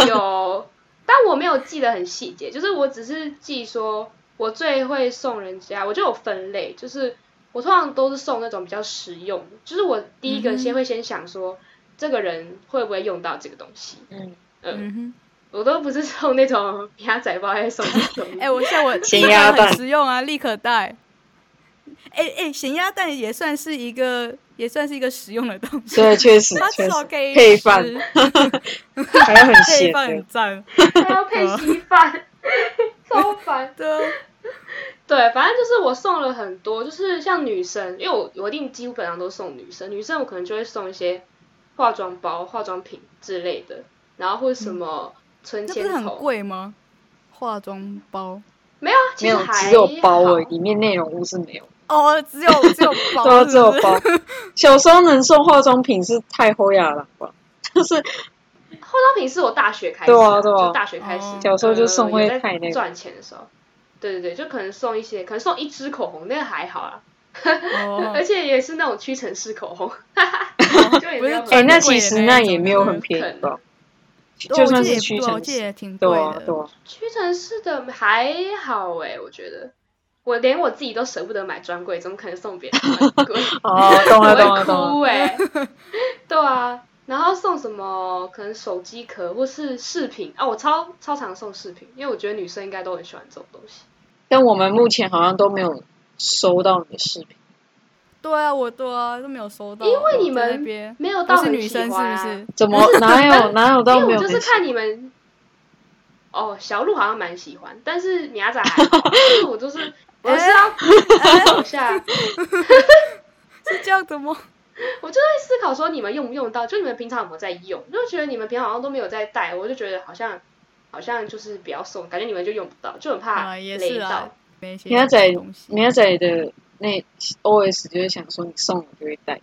Speaker 2: 有，但我没有记得很细节，就是我只是记说，我最会送人家，我就有分类，就是我通常都是送那种比较实用的，就是我第一
Speaker 1: 嗯
Speaker 2: 个
Speaker 1: 哼
Speaker 2: 先会先想说，这个人会不会用到这个东西，
Speaker 3: 嗯，
Speaker 2: 嗯
Speaker 1: 嗯哼。
Speaker 2: 我都不是送那种鸭仔包，还是送那种。
Speaker 1: 哎、我像我
Speaker 3: 咸鸭蛋
Speaker 1: 很实用啊，立可带。哎、哎、咸鸭蛋也算是一个，也算是一个实用的东西。
Speaker 3: 对，确实
Speaker 1: 它
Speaker 3: 确
Speaker 1: 至少
Speaker 3: 实
Speaker 1: 可以
Speaker 3: 配
Speaker 1: 吃
Speaker 3: 饭还要很
Speaker 1: 配
Speaker 3: 咸
Speaker 1: 饭
Speaker 3: 的
Speaker 1: 很，赞。
Speaker 2: 还要配稀 饭，超烦。
Speaker 1: 对啊，
Speaker 2: 对，反正就是我送了很多，就是像女生，因为我我一定基本上都送女生，女生我可能就会送一些化妆包、化妆品之类的，然后或者什么存
Speaker 1: 嗯那不
Speaker 2: 钱
Speaker 1: 是很
Speaker 2: 筒，
Speaker 1: 贵吗？化妆包
Speaker 2: 没有啊，其
Speaker 3: 没
Speaker 2: 实
Speaker 3: 有
Speaker 2: 还
Speaker 3: 只有包而已，
Speaker 2: 好
Speaker 3: 里面内容物是没有的。
Speaker 1: 哦，只有只有 包
Speaker 3: 都
Speaker 1: 是
Speaker 3: 哦只有
Speaker 1: 不是，
Speaker 3: 包。小时候能送化妆品是太厚雅了吧？就是
Speaker 2: 化妆品是我大学开始，
Speaker 3: 对啊对啊
Speaker 2: 就大学开始
Speaker 1: 哦，
Speaker 3: 小时候就送
Speaker 2: 呃
Speaker 3: 会
Speaker 2: 有在
Speaker 3: 太那个
Speaker 2: 赚钱的时候，对对对，就可能送一些，可能送一支口红，那个还好啦，而
Speaker 1: 哦，
Speaker 2: 且也是那种屈臣氏口红，就也没有
Speaker 1: 不是
Speaker 3: 哎、
Speaker 1: 专
Speaker 2: 很
Speaker 3: 那
Speaker 1: 柜
Speaker 3: 其
Speaker 1: 啊的
Speaker 3: 实
Speaker 1: 那
Speaker 3: 那
Speaker 1: 一
Speaker 3: 也
Speaker 1: 种
Speaker 3: 没有
Speaker 1: 嗯
Speaker 3: 很便宜
Speaker 2: 肯
Speaker 3: 吧？
Speaker 1: 对啊
Speaker 3: 就
Speaker 1: 我记
Speaker 3: 算
Speaker 1: 得
Speaker 3: 是
Speaker 1: 也
Speaker 3: 屈
Speaker 1: 不多我
Speaker 3: 臣
Speaker 1: 记得
Speaker 3: 氏，
Speaker 1: 也挺贵
Speaker 3: 对啊
Speaker 1: 的，
Speaker 3: 对啊，
Speaker 2: 屈臣氏的还好哎、我觉得我连我自己都舍不得买专柜，怎么可能送别人 专柜？
Speaker 3: 哦，懂
Speaker 2: 我
Speaker 3: 了懂了
Speaker 2: 会
Speaker 3: 懂了，
Speaker 2: 哭哎、对啊，然后送什么可能手机壳或是饰品啊，我超超常送饰品，因为我觉得女生应该都很喜欢这种东西。
Speaker 3: 但我们目前好像都没有收到你的视频，
Speaker 1: 对啊，我对啊都没有收到，
Speaker 2: 因为你
Speaker 1: 我在那
Speaker 2: 们
Speaker 1: 边
Speaker 2: 没有
Speaker 1: 都
Speaker 2: 到
Speaker 1: 是
Speaker 2: 很
Speaker 1: 女
Speaker 2: 喜
Speaker 1: 生是不
Speaker 2: 欢啊
Speaker 1: 是？
Speaker 3: 怎么哪有哪有到
Speaker 2: 因
Speaker 3: 没
Speaker 2: 为
Speaker 3: 有
Speaker 2: 我
Speaker 3: 人
Speaker 2: 就是
Speaker 3: 喜
Speaker 2: 看你们，哦，小鹿好像蛮喜欢，但是米亚仔 还好，就是我就是我是要走下，
Speaker 1: 是这样的吗？
Speaker 2: 我就会思考说你们用不用到，就你们平常有没有在用，就觉得你们平常好像都没有在带，我就觉得好像好像就是不要送，感觉你们就用不到，就很怕
Speaker 1: 啊，也是
Speaker 2: 雷到。
Speaker 1: 啦，没一些
Speaker 3: 你要在
Speaker 1: 东西，
Speaker 3: 米亚仔的那 OS 就是想说你送我就会带着，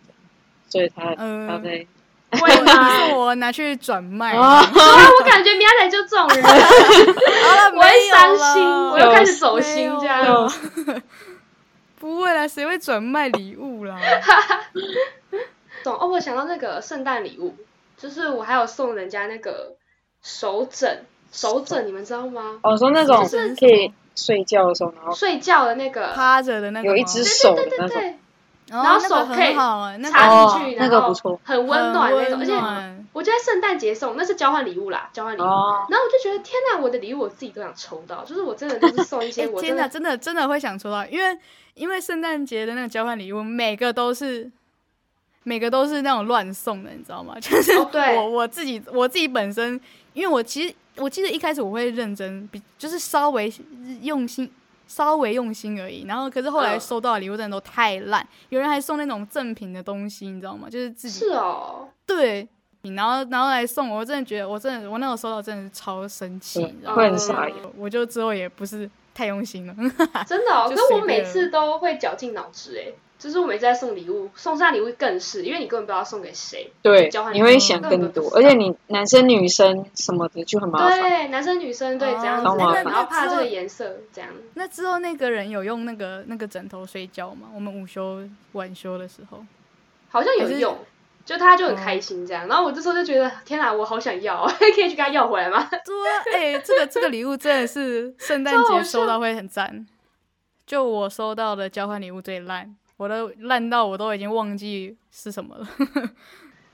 Speaker 3: 所以他、他
Speaker 1: 嗯，
Speaker 3: 在
Speaker 1: 会吗？我拿去转卖。
Speaker 3: 啊
Speaker 1: 好
Speaker 2: 对啊，我感觉米亚仔就 这种人，
Speaker 1: 了，
Speaker 2: 我会伤心，我
Speaker 1: 没
Speaker 2: 又
Speaker 1: 有
Speaker 2: 开
Speaker 1: 啦
Speaker 2: 始走心这
Speaker 1: 啊没有
Speaker 3: 哦
Speaker 2: 样。
Speaker 1: 不会啦，谁会转卖礼物 啦？
Speaker 2: 懂哦，我想到那个圣诞礼物，就是我还有送人家那个手枕，手枕你们知道吗？
Speaker 3: 我哦说那种
Speaker 1: 这是什么
Speaker 3: 可以睡觉的时候，然后
Speaker 2: 睡觉的那个，
Speaker 1: 趴着的那个吗，
Speaker 3: 有一只
Speaker 2: 对
Speaker 3: 手
Speaker 2: 对
Speaker 3: 的
Speaker 2: 对
Speaker 3: 那
Speaker 2: 对
Speaker 3: 种，
Speaker 2: 对，
Speaker 1: 然
Speaker 2: 然后
Speaker 1: 那个
Speaker 2: 手可以
Speaker 1: 很好啊，那
Speaker 3: 哦
Speaker 2: 插进去，
Speaker 3: 那
Speaker 2: 然
Speaker 3: 个
Speaker 2: 后
Speaker 3: 不错
Speaker 2: 很温暖那种，而
Speaker 1: 很
Speaker 2: 且
Speaker 1: 温暖
Speaker 2: 我觉得圣诞节送那是交换礼物啦，交换礼物。
Speaker 3: 哦，
Speaker 2: 然后我就觉得天哪，我的礼物我自己都想抽到，就是我真的都是送一些
Speaker 1: 哎
Speaker 2: 我真
Speaker 1: 天哪，
Speaker 2: 的
Speaker 1: 真的真的会想抽到，因为因为圣诞节的那个交换礼物，每个都是。每个都是那种乱送的，你知道吗？ 就是
Speaker 2: 哦对
Speaker 1: 我我自己我自己本身，因为我其实我记得一开始我会认真，比就是稍微用心，稍微用心而已。然后可是后来
Speaker 2: 嗯
Speaker 1: 收到的礼物真的都太烂，有人还送那种赠品的东西，你知道吗？就是自己
Speaker 2: 是哦，
Speaker 1: 对，然后然后来送我，我真的觉得我真的我那时候收到真的是超生气，
Speaker 3: 对
Speaker 1: 你知道
Speaker 2: 嗯会
Speaker 1: 吗？
Speaker 2: 很傻
Speaker 3: 眼
Speaker 1: 我就之后也不是太用心了，
Speaker 2: 真的哦。
Speaker 1: 就
Speaker 2: 可是我
Speaker 1: 随便
Speaker 2: 每次都会绞尽脑汁哎，就是我每次在送礼物，送上礼物更是，因为你根本不知道送给谁。
Speaker 3: 对
Speaker 2: 交换，嗯礼
Speaker 3: 你
Speaker 2: 物
Speaker 3: 会想更
Speaker 2: 根本
Speaker 3: 多
Speaker 2: 不，知
Speaker 3: 而
Speaker 2: 道
Speaker 3: 且你男生女生什么的就很麻烦。
Speaker 2: 对，男生女生对
Speaker 1: 哦
Speaker 2: 这样子，
Speaker 3: 超麻烦
Speaker 2: 然后怕
Speaker 1: 那
Speaker 2: 这
Speaker 1: 之后
Speaker 2: 个颜色这样。
Speaker 1: 那之后那个人有用那个那个枕头睡觉吗？我们午休晚休的时候，
Speaker 2: 好像有
Speaker 1: 可是哦
Speaker 2: 用，就他就很开心这样。然后我这时候就觉得，天哪，我好想要哦， 可以去跟他要回来吗？
Speaker 1: 对啊，哎、这个这个礼物真的是圣诞
Speaker 2: 超
Speaker 1: 节
Speaker 2: 好
Speaker 1: 收到会很赞。就我收到的交换礼物最烂，我都烂到我都已经忘记是什么了。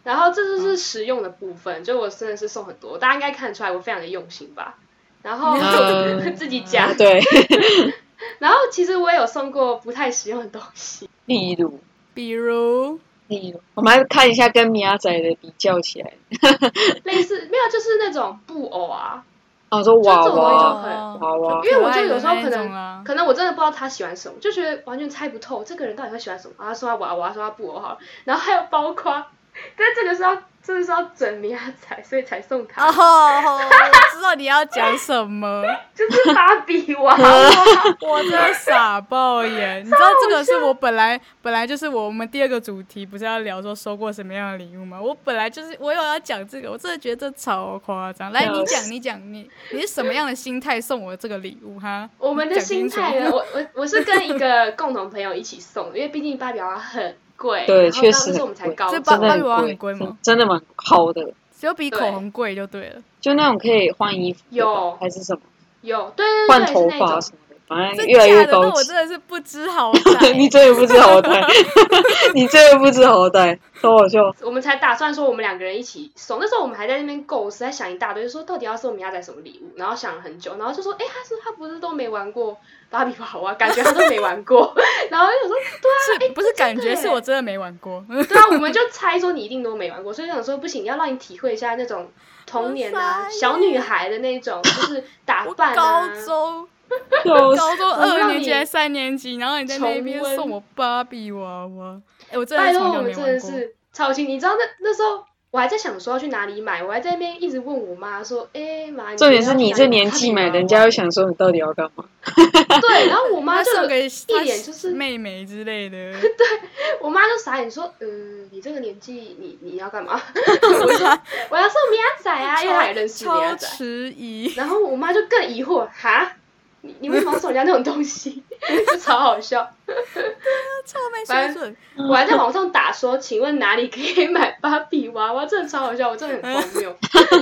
Speaker 2: 然后这
Speaker 1: 嗯
Speaker 2: 就是实用的部分，就我真的是送很多，大家应该看得出来我非常的用心吧。然后
Speaker 3: 嗯
Speaker 2: 自己讲，
Speaker 3: 对，
Speaker 2: 然后其实我也有送过不太实用的东西，
Speaker 3: 例如，
Speaker 1: 比如，
Speaker 3: 例如，我们来看一下跟米亚仔的比较起来，
Speaker 2: 类似没有就是那种布偶啊，
Speaker 3: 啊，说娃
Speaker 2: 这种东西就
Speaker 3: 娃，
Speaker 2: 很
Speaker 1: 哦
Speaker 3: 娃娃
Speaker 1: 就
Speaker 2: 因为
Speaker 1: 可
Speaker 2: 我
Speaker 1: 爱
Speaker 2: 就有
Speaker 1: 的
Speaker 2: 时候
Speaker 1: 那
Speaker 2: 可
Speaker 1: 一
Speaker 2: 能
Speaker 1: 种啊
Speaker 2: 可能我真的不知道他喜欢什么，就觉得完全猜不透这个人到底会喜欢什么。啊，他说他娃娃，说他布偶好了，然后还有包括，但这个是要这个是要整米亚仔，所以才送 他。
Speaker 1: 哦，我知道你要讲什 么，
Speaker 2: 就是芭比娃 娃，
Speaker 1: 我真的傻爆眼！你知道这个是我本来本来就是我们第二个主题不是要聊说收过什么样的礼物吗？我本来就是我有要讲这个，我真的觉得这超夸张。来，
Speaker 3: 笑
Speaker 1: 你 讲，
Speaker 3: 死
Speaker 1: 你讲，你你是什么样的心态送我这个礼物哈？
Speaker 2: 我们的心态哦
Speaker 1: 讲清
Speaker 2: 呢，
Speaker 1: 楚
Speaker 2: 我我我是跟一个共同朋友一起送的，因为毕竟芭比娃娃很贵，
Speaker 3: 对
Speaker 2: 然后
Speaker 3: 确实
Speaker 2: 当时
Speaker 3: 很
Speaker 2: 我们才高
Speaker 1: 贵这 芭
Speaker 3: 真的
Speaker 2: 中，
Speaker 1: 芭比娃娃
Speaker 3: 很
Speaker 1: 很贵
Speaker 3: 贵，
Speaker 1: 吗
Speaker 3: 真真的蛮好的，
Speaker 1: 只有比口
Speaker 2: 对
Speaker 1: 红贵就对了。
Speaker 3: 就那种可以换衣服的吧
Speaker 2: 有
Speaker 3: 还是什么
Speaker 2: 有对对
Speaker 3: 换
Speaker 2: 对，是
Speaker 3: 头
Speaker 2: 那
Speaker 3: 发
Speaker 2: 种
Speaker 3: 什么的，反正
Speaker 1: 真
Speaker 3: 越来
Speaker 1: 假
Speaker 3: 越
Speaker 1: 的？那
Speaker 3: 高
Speaker 1: 我
Speaker 3: 级
Speaker 1: 真。的是不知好 歹。
Speaker 3: 你真的不知好歹， 你真的不知好歹，超好笑。
Speaker 2: 我们才打算说我们两个人一起送。那时候我们还在那边构思，在想一大堆，就说到底要送米亚仔什么礼物，然后想了很久，然后就说，哎，他说他不是都没玩过芭比娃娃，感觉他都没玩过。 然后就说，
Speaker 1: 是不是感觉
Speaker 2: 耶
Speaker 1: 是我真的没玩过？
Speaker 2: 对啊，我们就猜说你一定都没玩过，所以想说不行，要让你体会一下那种童年
Speaker 1: 我，
Speaker 2: 啊
Speaker 1: 傻眼
Speaker 2: 小女孩的那种，就是打
Speaker 1: 我
Speaker 2: 扮
Speaker 1: 高
Speaker 2: 啊。
Speaker 3: 笑
Speaker 1: 中
Speaker 3: 死
Speaker 1: 高中
Speaker 2: 我
Speaker 1: 二
Speaker 2: 让
Speaker 1: 年级
Speaker 2: 你
Speaker 1: 还三年级，然后你在那
Speaker 2: 重
Speaker 1: 边
Speaker 2: 温
Speaker 1: 送我芭比娃娃，哎、我真
Speaker 2: 拜
Speaker 1: 的
Speaker 2: 托，
Speaker 1: 从
Speaker 2: 我
Speaker 1: 小
Speaker 2: 们
Speaker 1: 没
Speaker 2: 真的
Speaker 1: 玩过。
Speaker 2: 是超亲。你知道那那时候我还在想说要去哪里买，我还在那边一直问我妈说，哎、妈，你
Speaker 3: 重点是
Speaker 2: 觉得要去
Speaker 3: 你
Speaker 2: 哪里
Speaker 3: 这年纪
Speaker 2: 芭比娃
Speaker 3: 买，
Speaker 2: 娃
Speaker 3: 人家会想说你到底要干嘛？
Speaker 2: 对，然后我妈
Speaker 1: 他
Speaker 2: 就
Speaker 1: 送给
Speaker 2: 一
Speaker 1: 他
Speaker 2: 脸就是
Speaker 1: 妹妹之类 的，
Speaker 2: 我妈就傻眼说：“嗯，你这个年纪，你你要干 嘛？”
Speaker 1: 我想
Speaker 2: 我要送米亚仔啊，因为她也认识米亚
Speaker 1: 超
Speaker 2: 仔。
Speaker 1: 迟 疑，
Speaker 2: 然后我妈就更疑惑：“哈，你你为什么要送人家那种东西？” 就超好 笑。
Speaker 1: 超没水准。
Speaker 2: 我还在网上打说：“请问哪里可以买芭比娃娃？”真的超好笑，我真的很荒 谬，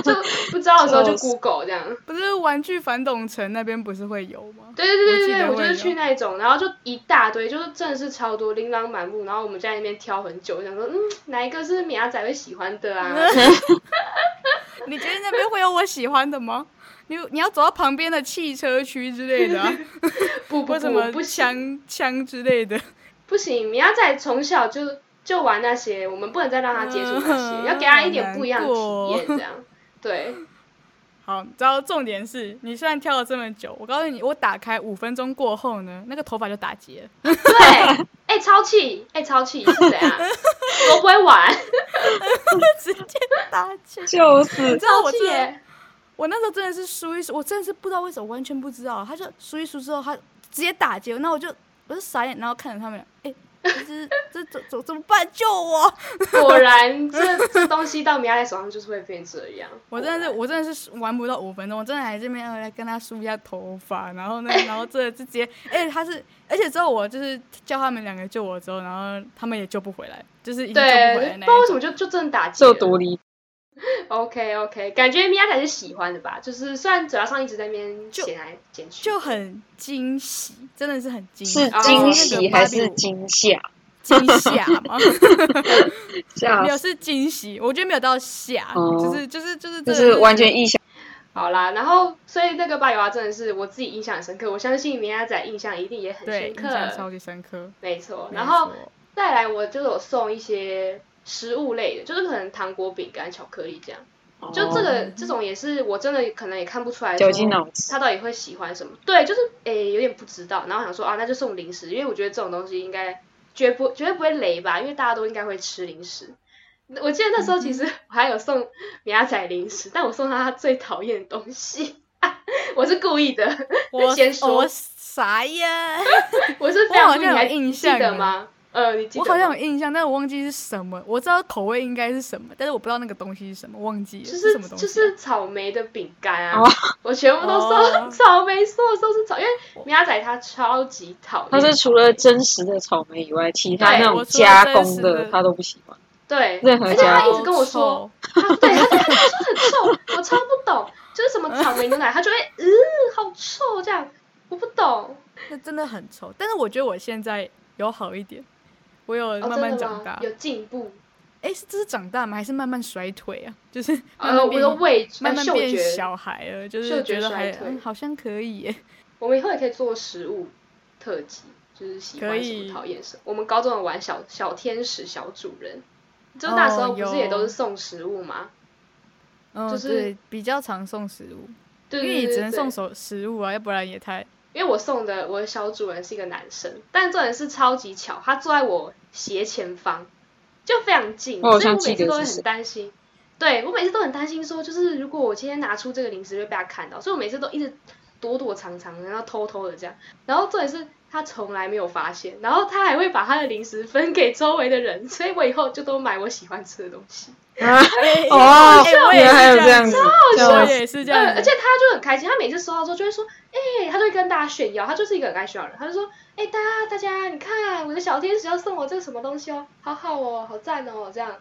Speaker 2: 就不知道的时候就
Speaker 3: 笑死
Speaker 2: Google 这样。
Speaker 1: 不是玩具反斗城那边不是会有 吗？
Speaker 2: 对对
Speaker 1: 我
Speaker 2: 对对对，
Speaker 1: 记得
Speaker 2: 我
Speaker 1: 会
Speaker 2: 就
Speaker 1: 有
Speaker 2: 是去那种，然后就一大堆，就是真的是超多，琳琅满目。然后我们在那边挑很久，想说，嗯，哪一个是米亚仔会喜欢 的啊？
Speaker 1: 你觉得那边会有我喜欢的吗？你你要走到旁边的汽车区之类的、啊，
Speaker 2: 不不
Speaker 1: 或什
Speaker 2: 不，
Speaker 1: 么
Speaker 2: 不行
Speaker 1: 枪枪之类的，
Speaker 2: 不行，米亚仔从小就就玩那些，我们不能再让他接触那些，
Speaker 1: 嗯
Speaker 2: 要给他一点不一样的
Speaker 1: 好
Speaker 2: 体
Speaker 1: 难
Speaker 2: 验，
Speaker 1: 过
Speaker 2: 这样。对，
Speaker 1: 好，你知道重点是你虽然跳了这么久，我告诉你，我打开五分钟过后呢，那个头发就打结 了。
Speaker 2: 对，哎、超气，哎、超气是怎样？都不会玩，
Speaker 1: 打结。
Speaker 3: 就是
Speaker 1: 你知道
Speaker 2: 超
Speaker 1: 我
Speaker 2: 气
Speaker 1: 真的，
Speaker 2: 耶！
Speaker 1: 我那时候真的是梳一梳，我真的是不知道为什么，完全不知道。他就梳一梳之后，他直接打结，那我就我就傻眼，然后看着他们俩，哎、这是这怎怎怎么办？救我！
Speaker 2: 果然，这这东西到米亚仔手上就是会变这 样。
Speaker 1: 我真的是，我真的是玩不到五分钟，我真的还这边呃来跟他梳一下头发，然后呢，然后这直接，而且他是，而且之后我就是叫他们两个救我之后，然后他们也救不回来，就是已经救不回
Speaker 2: 对，不
Speaker 1: 来
Speaker 2: 知
Speaker 1: 那
Speaker 2: 道为
Speaker 1: 一
Speaker 2: 什
Speaker 1: 种。
Speaker 2: 么就就真的打结
Speaker 3: 就
Speaker 2: 了。
Speaker 3: 独立，
Speaker 2: OK OK，感觉米亚仔是喜欢的吧？就是虽然嘴巴上一直在那边
Speaker 1: 就
Speaker 2: 捡来捡去，
Speaker 1: 就很惊喜，真的是很惊喜，
Speaker 3: 是
Speaker 1: 但哦那
Speaker 3: 惊
Speaker 1: 个
Speaker 3: 喜
Speaker 1: 芭
Speaker 3: 还
Speaker 1: 比
Speaker 3: 是
Speaker 1: 舞
Speaker 3: 惊吓？
Speaker 1: 惊吓吗？
Speaker 3: 吓
Speaker 1: 没有
Speaker 3: 死！
Speaker 1: 是惊喜，我觉得没有到吓，
Speaker 3: 哦
Speaker 1: 就是就是就是
Speaker 3: 就
Speaker 1: 这
Speaker 3: 是完全意想
Speaker 2: 好啦，然后所以这个芭比娃娃真的是我自己印象很深刻，我相信米亚仔印象一定也很
Speaker 1: 对
Speaker 2: 深
Speaker 1: 印象超
Speaker 2: 刻。
Speaker 1: 级深刻。
Speaker 2: 没错，
Speaker 1: 没
Speaker 2: 然后
Speaker 1: 错
Speaker 2: 再来我就有送一些食物类的，就是可能糖果、饼干、巧克力这样。
Speaker 1: 哦
Speaker 2: 就这个、这种也是我真的可能也看不出来
Speaker 3: 哦
Speaker 2: 说
Speaker 3: 绞尽脑汁
Speaker 2: 他，到底会喜欢什么。对，就是诶有点不知道，然后想说啊那就送零食，因为我觉得这种东西应该绝不绝对不会雷吧，因为大家都应该会吃零食。我记得那时候其
Speaker 1: 嗯
Speaker 2: 实我还有送米亚仔零食，但我送他他最讨厌的东西。 我是故意的，
Speaker 1: 我
Speaker 2: 先说
Speaker 1: 我傻眼，
Speaker 2: 我是非常故
Speaker 1: 我好像
Speaker 2: 意，
Speaker 1: 有
Speaker 2: 你还
Speaker 1: 印象欸
Speaker 2: 记得吗？呃，你记得
Speaker 1: 我
Speaker 2: 吗
Speaker 1: 好像有印象，但我忘记是什么。我知道口味应该是什么，但是我不知道那个东西是什么，忘记了
Speaker 2: 就是
Speaker 1: 什么东西
Speaker 2: 就
Speaker 1: 啊。
Speaker 2: 是草莓的饼干啊
Speaker 3: 哦，
Speaker 2: 我全部都
Speaker 1: 哦
Speaker 2: 送草莓，所有都是草，因为米亚仔他超级讨
Speaker 3: 它
Speaker 2: 厌，
Speaker 3: 是除了真实的草莓以外，其他
Speaker 2: 对
Speaker 3: 那
Speaker 1: 我
Speaker 3: 种
Speaker 1: 除了
Speaker 3: 加
Speaker 1: 真
Speaker 3: 工
Speaker 1: 实
Speaker 3: 的
Speaker 1: 的
Speaker 3: 他都不喜欢。
Speaker 2: 对，
Speaker 3: 任何
Speaker 2: 而且他
Speaker 3: 家
Speaker 2: 一直跟我说，他对他对他说很臭，我超不懂，就是什么草莓牛奶，他就会，嗯、好臭这样，我不懂。
Speaker 1: 那真的很臭。但是我觉得我现在有好一点，我有
Speaker 2: 哦，
Speaker 1: 慢慢
Speaker 2: 真的
Speaker 1: 长
Speaker 2: 吗
Speaker 1: 大？。
Speaker 2: 有进步，
Speaker 1: 哎、是这是长大吗？还是慢慢衰退啊？ 就是慢
Speaker 2: 呃，
Speaker 1: 慢
Speaker 2: 我
Speaker 1: 变、
Speaker 2: 的味觉、
Speaker 1: 慢慢
Speaker 2: 嗅
Speaker 1: 变
Speaker 2: 觉，
Speaker 1: 小孩了，就
Speaker 2: 嗅
Speaker 1: 是
Speaker 2: 觉
Speaker 1: 觉得还
Speaker 2: 衰退
Speaker 1: 嗯好像可以耶。
Speaker 2: 我们以后也可以做食物特辑，就是喜
Speaker 1: 可
Speaker 2: 欢什
Speaker 1: 以
Speaker 2: 么、讨厌什么。我们高中有玩小小天使、小主人，就那时候
Speaker 1: 哦
Speaker 2: 不是也
Speaker 1: 有
Speaker 2: 都是送食物吗？
Speaker 1: 嗯，
Speaker 2: 就是
Speaker 1: 对比较常送食物，
Speaker 2: 对
Speaker 1: 因为
Speaker 2: 对对
Speaker 1: 你
Speaker 2: 对
Speaker 1: 只能
Speaker 2: 对
Speaker 1: 送手食物啊，要不然也太
Speaker 2: 因为我送的我的小主人是一个男生，但重点是超级巧，他坐在我斜前方，就非常近，
Speaker 3: 我好
Speaker 2: 所以
Speaker 3: 像
Speaker 2: 我每
Speaker 3: 记
Speaker 2: 次
Speaker 3: 得
Speaker 2: 都
Speaker 3: 是
Speaker 2: 会很
Speaker 3: 谁
Speaker 2: 担心。对我每次都很担心说就是如果我今天拿出这个零食会被他看到，所以我每次都一直躲躲藏藏，然后偷偷的这样。然后重点是他从来没有发现，然后他还会把他的零食分给周围的人，所以我以后就都买我喜欢吃的东西。
Speaker 3: 啊
Speaker 1: 好
Speaker 3: 哦
Speaker 1: 笑，
Speaker 3: 原来还有
Speaker 1: 我也
Speaker 3: 这
Speaker 1: 是这样
Speaker 3: 样子，
Speaker 1: 我
Speaker 3: 笑死
Speaker 1: 也是这
Speaker 2: 嗯，
Speaker 1: 样
Speaker 2: 而
Speaker 1: 子
Speaker 2: 且。他就很开心，他每次收到之后就会说，哎、他就会跟大家炫耀，他就是一个很爱炫耀的人，他就说，哎、大家大家，你看我的小天使要送我这个什么东西哦，好好哦，好赞哦，这样，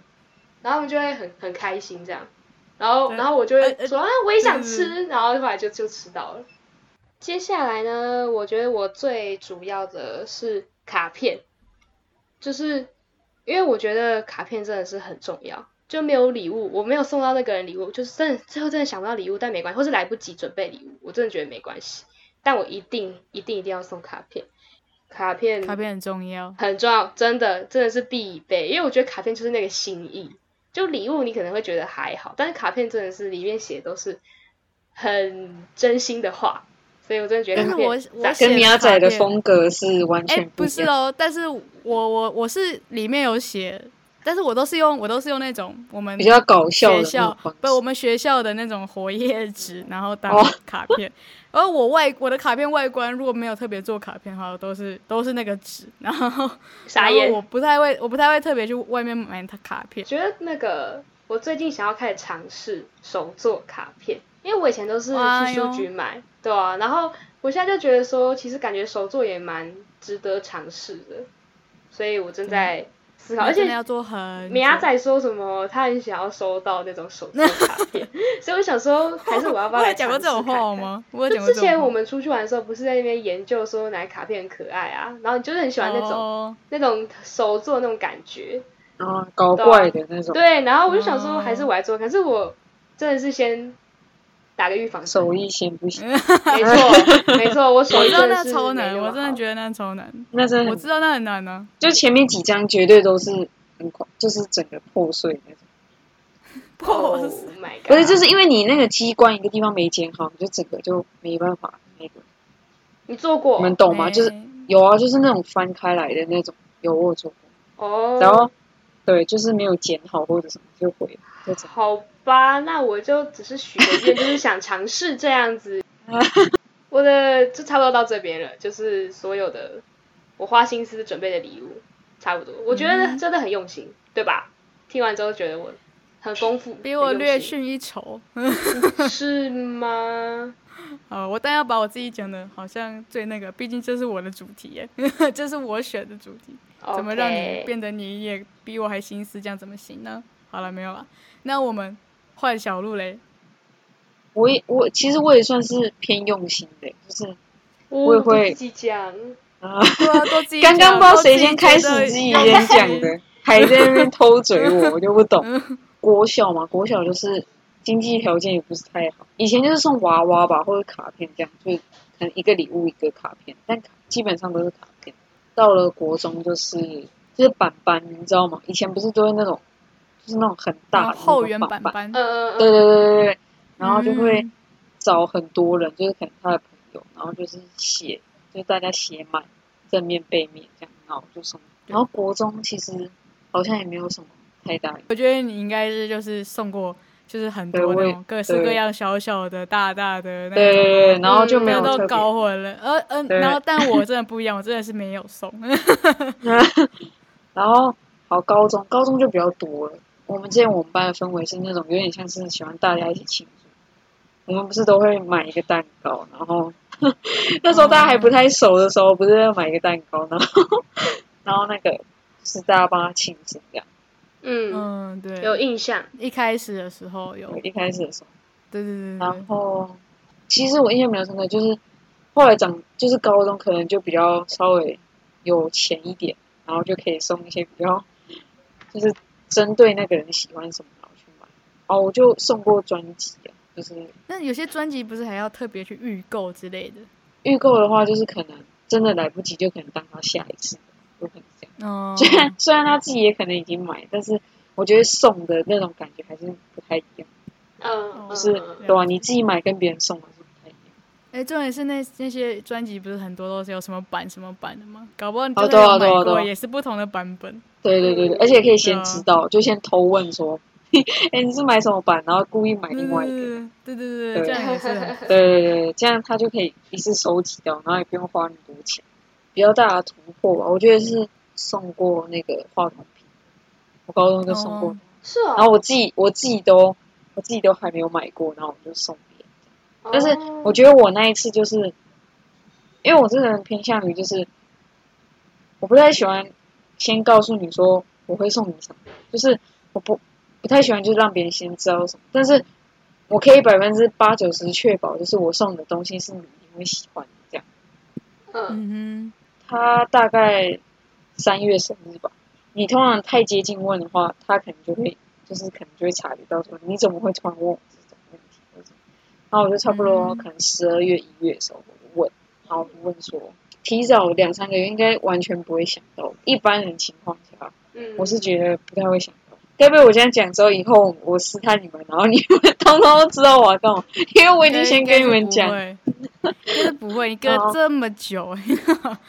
Speaker 2: 然后我们就会很很开心这样，然后
Speaker 1: 对
Speaker 2: 然后我就会
Speaker 1: 呃呃
Speaker 2: 说啊，我也想
Speaker 1: 对
Speaker 2: 吃，然后后来就就吃到了。接下来呢，我觉得我最主要的是卡片，就是因为我觉得卡片真的是很重要，就没有礼物，我没有送到那个人礼物，就是真的最后真的想不到礼物，但没关系，或是来不及准备礼物，我真的觉得没关系。但我一定一定一定要送卡片，卡片
Speaker 1: 卡片很重要，
Speaker 2: 很重要，真的真的是必备，因为我觉得卡片就是那个心意。就礼物你可能会觉得还好，但是卡片真的是里面写的都是很真心的话，所以我真的觉得
Speaker 1: 但
Speaker 2: 卡
Speaker 1: 是
Speaker 2: 片
Speaker 1: 哎我我
Speaker 2: 赞
Speaker 1: 写
Speaker 3: 跟米亚仔
Speaker 1: 卡
Speaker 3: 的
Speaker 1: 片
Speaker 3: 风格是完
Speaker 1: 哎、
Speaker 3: 全
Speaker 1: 不
Speaker 3: 一
Speaker 1: 是
Speaker 3: 样。
Speaker 1: 哦，但是我我我是里面有写但是我都是用我都是用那种我们
Speaker 3: 比较搞笑的
Speaker 1: 学
Speaker 3: 那
Speaker 1: 校
Speaker 3: 种方
Speaker 1: 不我
Speaker 3: 式。
Speaker 1: 们学校的那种活页纸，然后当
Speaker 3: 哦
Speaker 1: 卡片。而我外我的卡片外观如果没有特别做卡片的话，都是都是那个纸，然后
Speaker 2: 傻
Speaker 1: 然
Speaker 2: 眼
Speaker 1: 后。我不太会我不太会特别去外面买它卡片。
Speaker 2: 觉得那个我最近想要开始尝试手做卡片，因为我以前都是
Speaker 1: 哎
Speaker 2: 去
Speaker 1: 呦
Speaker 2: 书局买，对啊，然后我现在就觉得说，其实感觉手做也蛮值得尝试的，所以我正在思啊考，而
Speaker 1: 嗯真的
Speaker 2: 且
Speaker 1: 要做很
Speaker 2: 米亚
Speaker 1: 久
Speaker 2: 仔说什么他很想要收到那种手做卡片，所以我想说，还是我要不要
Speaker 1: 我
Speaker 2: 来
Speaker 1: 有讲过这
Speaker 2: 尝
Speaker 1: 种
Speaker 2: 试看
Speaker 1: 话
Speaker 2: 看？
Speaker 1: 吗？我有
Speaker 2: 就
Speaker 1: 讲过
Speaker 2: 之
Speaker 1: 这种
Speaker 2: 前
Speaker 1: 话
Speaker 2: 我们出去玩的时候，不是在那边研究说哪卡片很可爱啊，然后你就是很喜欢那种、
Speaker 1: 哦
Speaker 2: 那种手做那种感觉，
Speaker 3: 然后啊搞怪的那种
Speaker 2: 对，然后我就想说，
Speaker 1: 哦
Speaker 2: 还是我来做，可是我真的是先打个预 防针。
Speaker 3: 手艺先不行，
Speaker 1: 嗯
Speaker 2: 没错，没错，我手
Speaker 1: 我
Speaker 2: 艺
Speaker 1: 知道
Speaker 2: 真
Speaker 1: 那
Speaker 2: 的是
Speaker 1: 超
Speaker 2: 没
Speaker 1: 难，
Speaker 2: 那么
Speaker 1: 我真的
Speaker 2: 好
Speaker 1: 觉得那超难。
Speaker 3: 那真的
Speaker 1: 我
Speaker 3: 很
Speaker 1: 知道那很难啊呢、
Speaker 3: 就前面几张绝对都是很恐，就是整个破碎那种。
Speaker 1: 破
Speaker 2: Oh
Speaker 1: 死
Speaker 2: my god！
Speaker 3: 不
Speaker 1: 啊
Speaker 3: 是，就是因为你那个机关一个地方没剪好，你就整个就没办法那个，
Speaker 2: 你做过
Speaker 3: 你们懂吗？
Speaker 1: 哎
Speaker 3: 就是有啊，就是那种翻开来的那种，有我有做过，
Speaker 1: 嗯
Speaker 2: 哦，
Speaker 3: 然后对，就是没有剪好或者什么就毁了，就这样。
Speaker 2: 好吧，那我就只是许个愿，就是想尝试这 样子。我的就差不多到这边了，就是所有的我花心思准备的礼物，差不多。我觉得
Speaker 1: 嗯
Speaker 2: 真的很用心，对吧？听完之后觉得我很丰富，
Speaker 1: 比我
Speaker 2: 很用
Speaker 1: 略
Speaker 2: 心
Speaker 1: 逊一筹。
Speaker 2: 是吗？
Speaker 1: 呃，我但要把我自己讲的好像最那个，毕竟这是我的主题耶， 这是我选的主题，怎么让你
Speaker 2: OK
Speaker 1: 变得你也比我还心思，这样怎么行呢？好了，没有了，那我们换小鹿嘞。
Speaker 3: 我也我其实我也算是偏用心的，欸就是
Speaker 2: 我
Speaker 3: 也会
Speaker 2: 自己讲，
Speaker 3: 啊，
Speaker 1: 对啊，都自己
Speaker 3: 刚刚
Speaker 1: 讲
Speaker 3: 不知道
Speaker 1: 都
Speaker 3: 谁
Speaker 1: 自己
Speaker 3: 先开
Speaker 1: 觉
Speaker 3: 始
Speaker 1: 得
Speaker 3: 自己先讲 的，还在那边偷嘴我，我就不懂。
Speaker 1: 嗯
Speaker 3: 国小嘛，国小就是经济条件也不是太好，以前就是送娃娃吧，或者卡片这样，就是可能一个礼物一个卡片，但卡基本上都是卡片。到了国中就是就是板板，你知道吗？以前不是都会那种就是那种很大的那种
Speaker 1: 后援
Speaker 3: 板
Speaker 1: 板
Speaker 3: 板，
Speaker 1: 板，
Speaker 2: 呃，
Speaker 3: 对对对对对，然后就会
Speaker 1: 嗯
Speaker 3: 找很多人，就是可能他的朋友，然后就是写，就大家写满正面背面这样，然后就送。然后国中其实好像也没有什么太大的，
Speaker 1: 我觉得你应该是就是送过，就是很
Speaker 3: 对
Speaker 1: 多
Speaker 3: 我
Speaker 1: 那
Speaker 3: 也
Speaker 1: 种各式各
Speaker 3: 对
Speaker 1: 样小小的、大大的那
Speaker 3: 对对
Speaker 1: 种。
Speaker 3: 对，然后就
Speaker 2: 嗯
Speaker 3: 没有
Speaker 1: 那
Speaker 3: 特
Speaker 1: 都
Speaker 3: 别。
Speaker 1: 搞混了，呃嗯、
Speaker 3: 对
Speaker 1: 然后但我真的不一样，我真的是没有送，
Speaker 3: 然后好，高中高中就比较多了。我们之前我们班的氛围是那种有点像是喜欢大家一起庆祝。我们不是都会买一个蛋糕，然后 那时候大家还不太熟的时候，不是要买一个蛋糕，然后 然后那个就是大家帮他庆祝这样。
Speaker 2: 嗯，
Speaker 1: 嗯，对，
Speaker 2: 有印象，
Speaker 1: 一开始的时候有，
Speaker 3: 一开始的时候，
Speaker 1: 对对对对对
Speaker 3: 然，后其实我印象比较深刻就是后来长就是高中可能就比较稍微有钱一点，然后就可以送一些比较就是针对那个人喜欢什么然后去买。哦，我就送过专辑啊，就是
Speaker 1: 那有些专辑不是还要特别去预购之类的，
Speaker 3: 预购的话，就是可能真的来不及，就可能当他下一次，有可能这样。
Speaker 1: 哦，
Speaker 3: 虽然虽然他自己也可能已经买，但是我觉得送的那种感觉还是不太一样，
Speaker 2: 嗯，
Speaker 1: 就
Speaker 3: 就是
Speaker 2: 嗯嗯
Speaker 3: 对吧、你自己买跟别人送的是不太一样。
Speaker 1: 哎，重点是那那些专辑不是很多都是有什么版什么版的吗？搞不好你
Speaker 3: 哦
Speaker 1: 就
Speaker 3: 对
Speaker 1: 算
Speaker 3: 啊
Speaker 1: 有
Speaker 3: 对啊对
Speaker 1: 买过
Speaker 3: 啊
Speaker 1: 也是不同的版本，
Speaker 3: 对对对对，而且可以先知道，就先偷问说， 哎、你是买什么版，然后故意买
Speaker 1: 对
Speaker 3: 另外一个，
Speaker 1: 对对对对，
Speaker 3: 对
Speaker 1: 这样也是 很，
Speaker 3: 对对对对，这样他就可以一次收集到，然后也不用花那么多钱，比较大的突破吧。我觉得是送过那个化妆品，我高中就送过，
Speaker 1: 哦
Speaker 2: 是
Speaker 3: 然后
Speaker 2: 哦，
Speaker 3: 我自己我自己都我自己都还没有买过，然后我就送别人。但是
Speaker 2: 哦
Speaker 3: 我觉得我那一次就是，因为我这个人偏向于就是，我不太喜欢先告诉你说我会送你什么，就是我不不太喜欢就是让别人先知道什么，但是我可以百分之八九十确保就是我送的东西是你一定会喜欢的这样。
Speaker 2: 嗯，
Speaker 1: 嗯
Speaker 3: 他大概三月生日吧，你通常太接近问的话，他可能就会就是可能就会察觉到说你怎么会突然问我这种问题，或者什么然后我就差不多
Speaker 1: 嗯
Speaker 3: 可能十二月一月的时候我就问，然后我就问说提早两三个月应该完全不会想到，一般人情况下
Speaker 2: 嗯
Speaker 3: 我是觉得不太会想到。该不会我这样讲之后，以后我试探你们，然后你们 通通都知道我要干嘛？因 为我已
Speaker 1: 哼，
Speaker 3: 经先跟你们讲，
Speaker 1: 应该是不会，应该是不会，你隔
Speaker 3: 哦
Speaker 1: 这么久，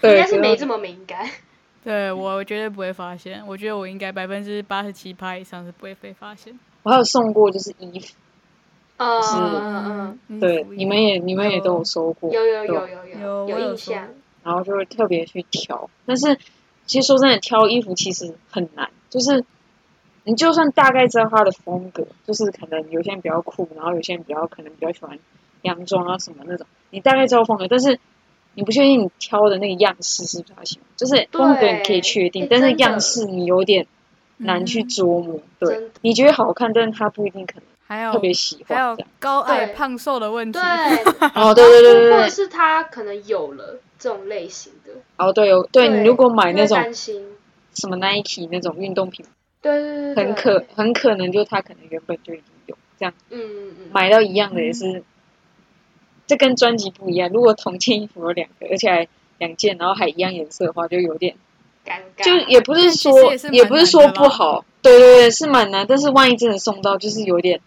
Speaker 3: 对，
Speaker 2: 应该是没
Speaker 3: 对
Speaker 2: 这么敏感，
Speaker 1: 对我我绝对不会发现，我觉得我应该百分之八十七趴以上是不会被发现。
Speaker 3: 我还有送过就是衣服，
Speaker 2: 嗯
Speaker 3: 是
Speaker 2: 嗯嗯
Speaker 1: 嗯
Speaker 3: 对，你们也你们也都有收过，
Speaker 2: 嗯，有有
Speaker 3: 对吧
Speaker 2: 有有
Speaker 1: 有我有
Speaker 2: 印象
Speaker 1: 说，
Speaker 3: 然后就会特别去挑。但是其实说真的，挑衣服其实很难，就是你就算大概知道它的风格，就是可能有些人比较酷，然后有些人比较可能比较喜欢洋装啊什么那种，你大概知道风格，但是你不确定你挑的那个样式是不是他喜欢，就是风格你可以确定，
Speaker 2: 对
Speaker 3: 但
Speaker 2: 诶
Speaker 3: 是
Speaker 2: 真的嗯
Speaker 3: 样式你有点难去捉摸。
Speaker 2: 真
Speaker 3: 对
Speaker 2: 的，
Speaker 3: 你觉得好看，但是他不一定可能
Speaker 1: 还有
Speaker 3: 特别喜
Speaker 1: 还
Speaker 3: 欢
Speaker 1: 有
Speaker 3: 这样。
Speaker 1: 高矮
Speaker 2: 对
Speaker 1: 胖瘦的问题。
Speaker 2: 对，
Speaker 3: 哦， 对对对对
Speaker 2: 或者
Speaker 3: 对，
Speaker 2: 是他可能有了这种类型的，
Speaker 3: 哦对有对你如果买
Speaker 2: 就
Speaker 3: 那
Speaker 2: 会
Speaker 3: 种
Speaker 2: 担心，
Speaker 3: 什么 Nike 那种运动品牌
Speaker 2: 对对对对，
Speaker 3: 很可很可能就他可能原本就已经有这样
Speaker 2: 嗯嗯嗯，
Speaker 3: 买到一样的也是，这跟专辑不一样。如果同件衣服有两个，而且还两件，然后还一样颜色的话，就有点
Speaker 2: 尴尬，
Speaker 3: 就也不是说
Speaker 1: 但其实也是蛮
Speaker 3: 不是说不好，对对对，是蛮难。但是万一真的送到，就是有点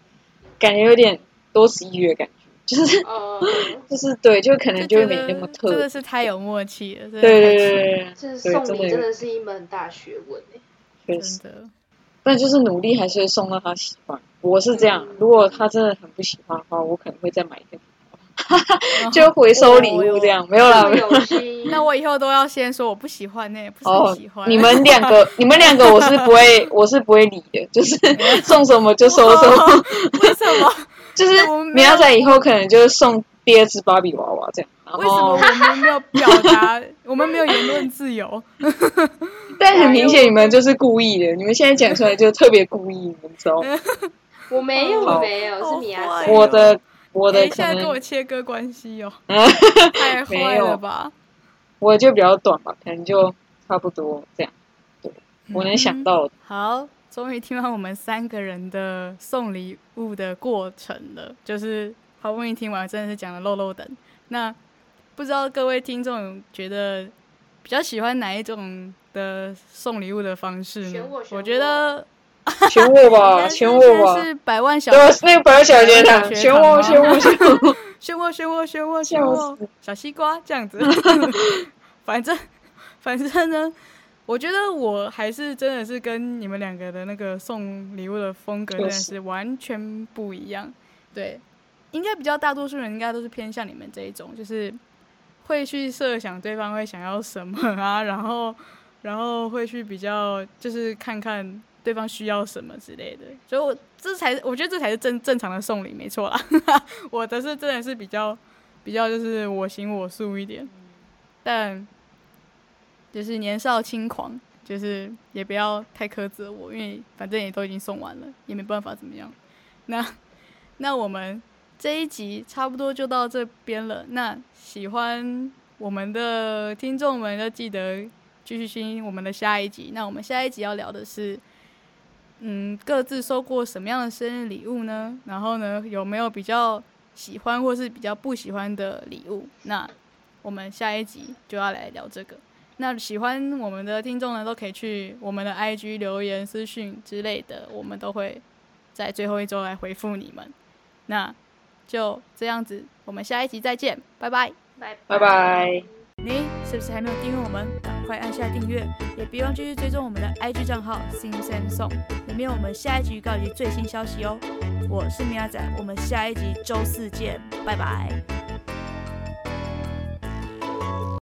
Speaker 3: 感觉有点多此一举的感觉，就是
Speaker 2: 呃，
Speaker 3: 就是对，就可能
Speaker 1: 就
Speaker 3: 会
Speaker 1: 觉
Speaker 3: 没
Speaker 1: 得
Speaker 3: 那么特
Speaker 1: 真
Speaker 3: 别
Speaker 1: 的。是太有默契了。对
Speaker 3: 对对对对
Speaker 2: 这
Speaker 3: 对
Speaker 2: 送
Speaker 3: 真的
Speaker 2: 礼
Speaker 3: 有
Speaker 2: 真的是一门大学问欸诶，
Speaker 3: 对，确实
Speaker 1: 真。的。
Speaker 3: 但就是努力还是会送到他喜欢。我是这样
Speaker 2: 嗯，
Speaker 3: 如果他真的很不喜欢的话，我可能会再买一个，
Speaker 1: 哦
Speaker 3: 就回收礼物这样。没有啦，
Speaker 2: 这么
Speaker 3: 没有。
Speaker 2: 有心，
Speaker 1: 那我以后都要先说我不喜欢呢、不是
Speaker 3: 哦
Speaker 1: 很喜欢。，
Speaker 3: 你们两 个，你们两个，我是不会，我是不会理的，就是送什么就收什 么，
Speaker 1: 哦 为什么？
Speaker 3: 就是
Speaker 1: 我没有
Speaker 3: 苗仔以后可能就是送第二只芭比娃娃这样。然
Speaker 1: 为什
Speaker 3: 后，
Speaker 1: 么我们没有表达？我们没有言论自由？
Speaker 3: 但很明显你们就是故意的，你们现在讲出来就特别故意，你们知道 吗？
Speaker 2: 我没有
Speaker 3: 好
Speaker 2: 我没有，是你
Speaker 1: 哦好
Speaker 2: 啊
Speaker 1: 坏，
Speaker 2: 谁
Speaker 3: 我的，我
Speaker 1: 哎
Speaker 3: 的可
Speaker 1: 现在跟我
Speaker 3: 能，
Speaker 1: 切割关 系哦，
Speaker 3: 嗯，
Speaker 1: 太坏了吧？
Speaker 3: 我就比较短吧，可能就差不多这样。对，我
Speaker 1: 嗯
Speaker 3: 能想到的。
Speaker 1: 好，终于听完我们三个人的送礼物的过程了，就是好不容易听完，真的是讲的漏漏等。那不知道各位听众觉得比较喜欢哪一种的送礼物的方式呢
Speaker 2: 选？我选
Speaker 1: 觉得
Speaker 3: 选我吧，
Speaker 1: 但是
Speaker 3: 选我
Speaker 1: 但
Speaker 3: 吧。
Speaker 1: 是百万小
Speaker 3: 对，啊那个百小学堂，啊选我，选我，选 我。
Speaker 1: 漩涡，漩涡，漩涡，漩
Speaker 3: 笑
Speaker 1: 涡，小西瓜这样子。反正，反正呢，我觉得我还是真的是跟你们两个的那个送礼物的风格
Speaker 3: 确
Speaker 1: 真的
Speaker 3: 实
Speaker 1: 是完全不一样。对，应该比较大多数人应该都是偏向你们这一种，就是会去设想对方会想要什么啊，然后，然后会去比较就是看看对方需要什么之类的。所以我这才我觉得这才是正正常的送礼，没错啦。 我的是真的是比较比较就是我行我素一点，但就是年少轻狂，就是也不要太苛责我，因为反正也都已经送完了，也没办法怎么样。那那我们这一集差不多就到这边了。那喜欢我们的听众们要记得继续听我们的下一集。那我们下一集要聊的是。嗯，各自收过什么样的生日礼物呢？然后呢，有没有比较喜欢或是比较不喜欢的礼物？那我们下一集就要来聊这个。那喜欢我们的听众呢，都可以去我们的 IG 留言、私讯之类的，我们都会在最后一周来回复你们。那就这样子，我们下一集再见，拜拜。
Speaker 2: 拜
Speaker 3: 拜拜。
Speaker 1: 你是不是还没有订阅我们？赶快按下订阅，也别忘继续追踪我们的 IG 账号 Sing Sam Song，里面有我们下一集预告以及最新消息哦。我是米亚仔，我们下一集周四见，拜拜。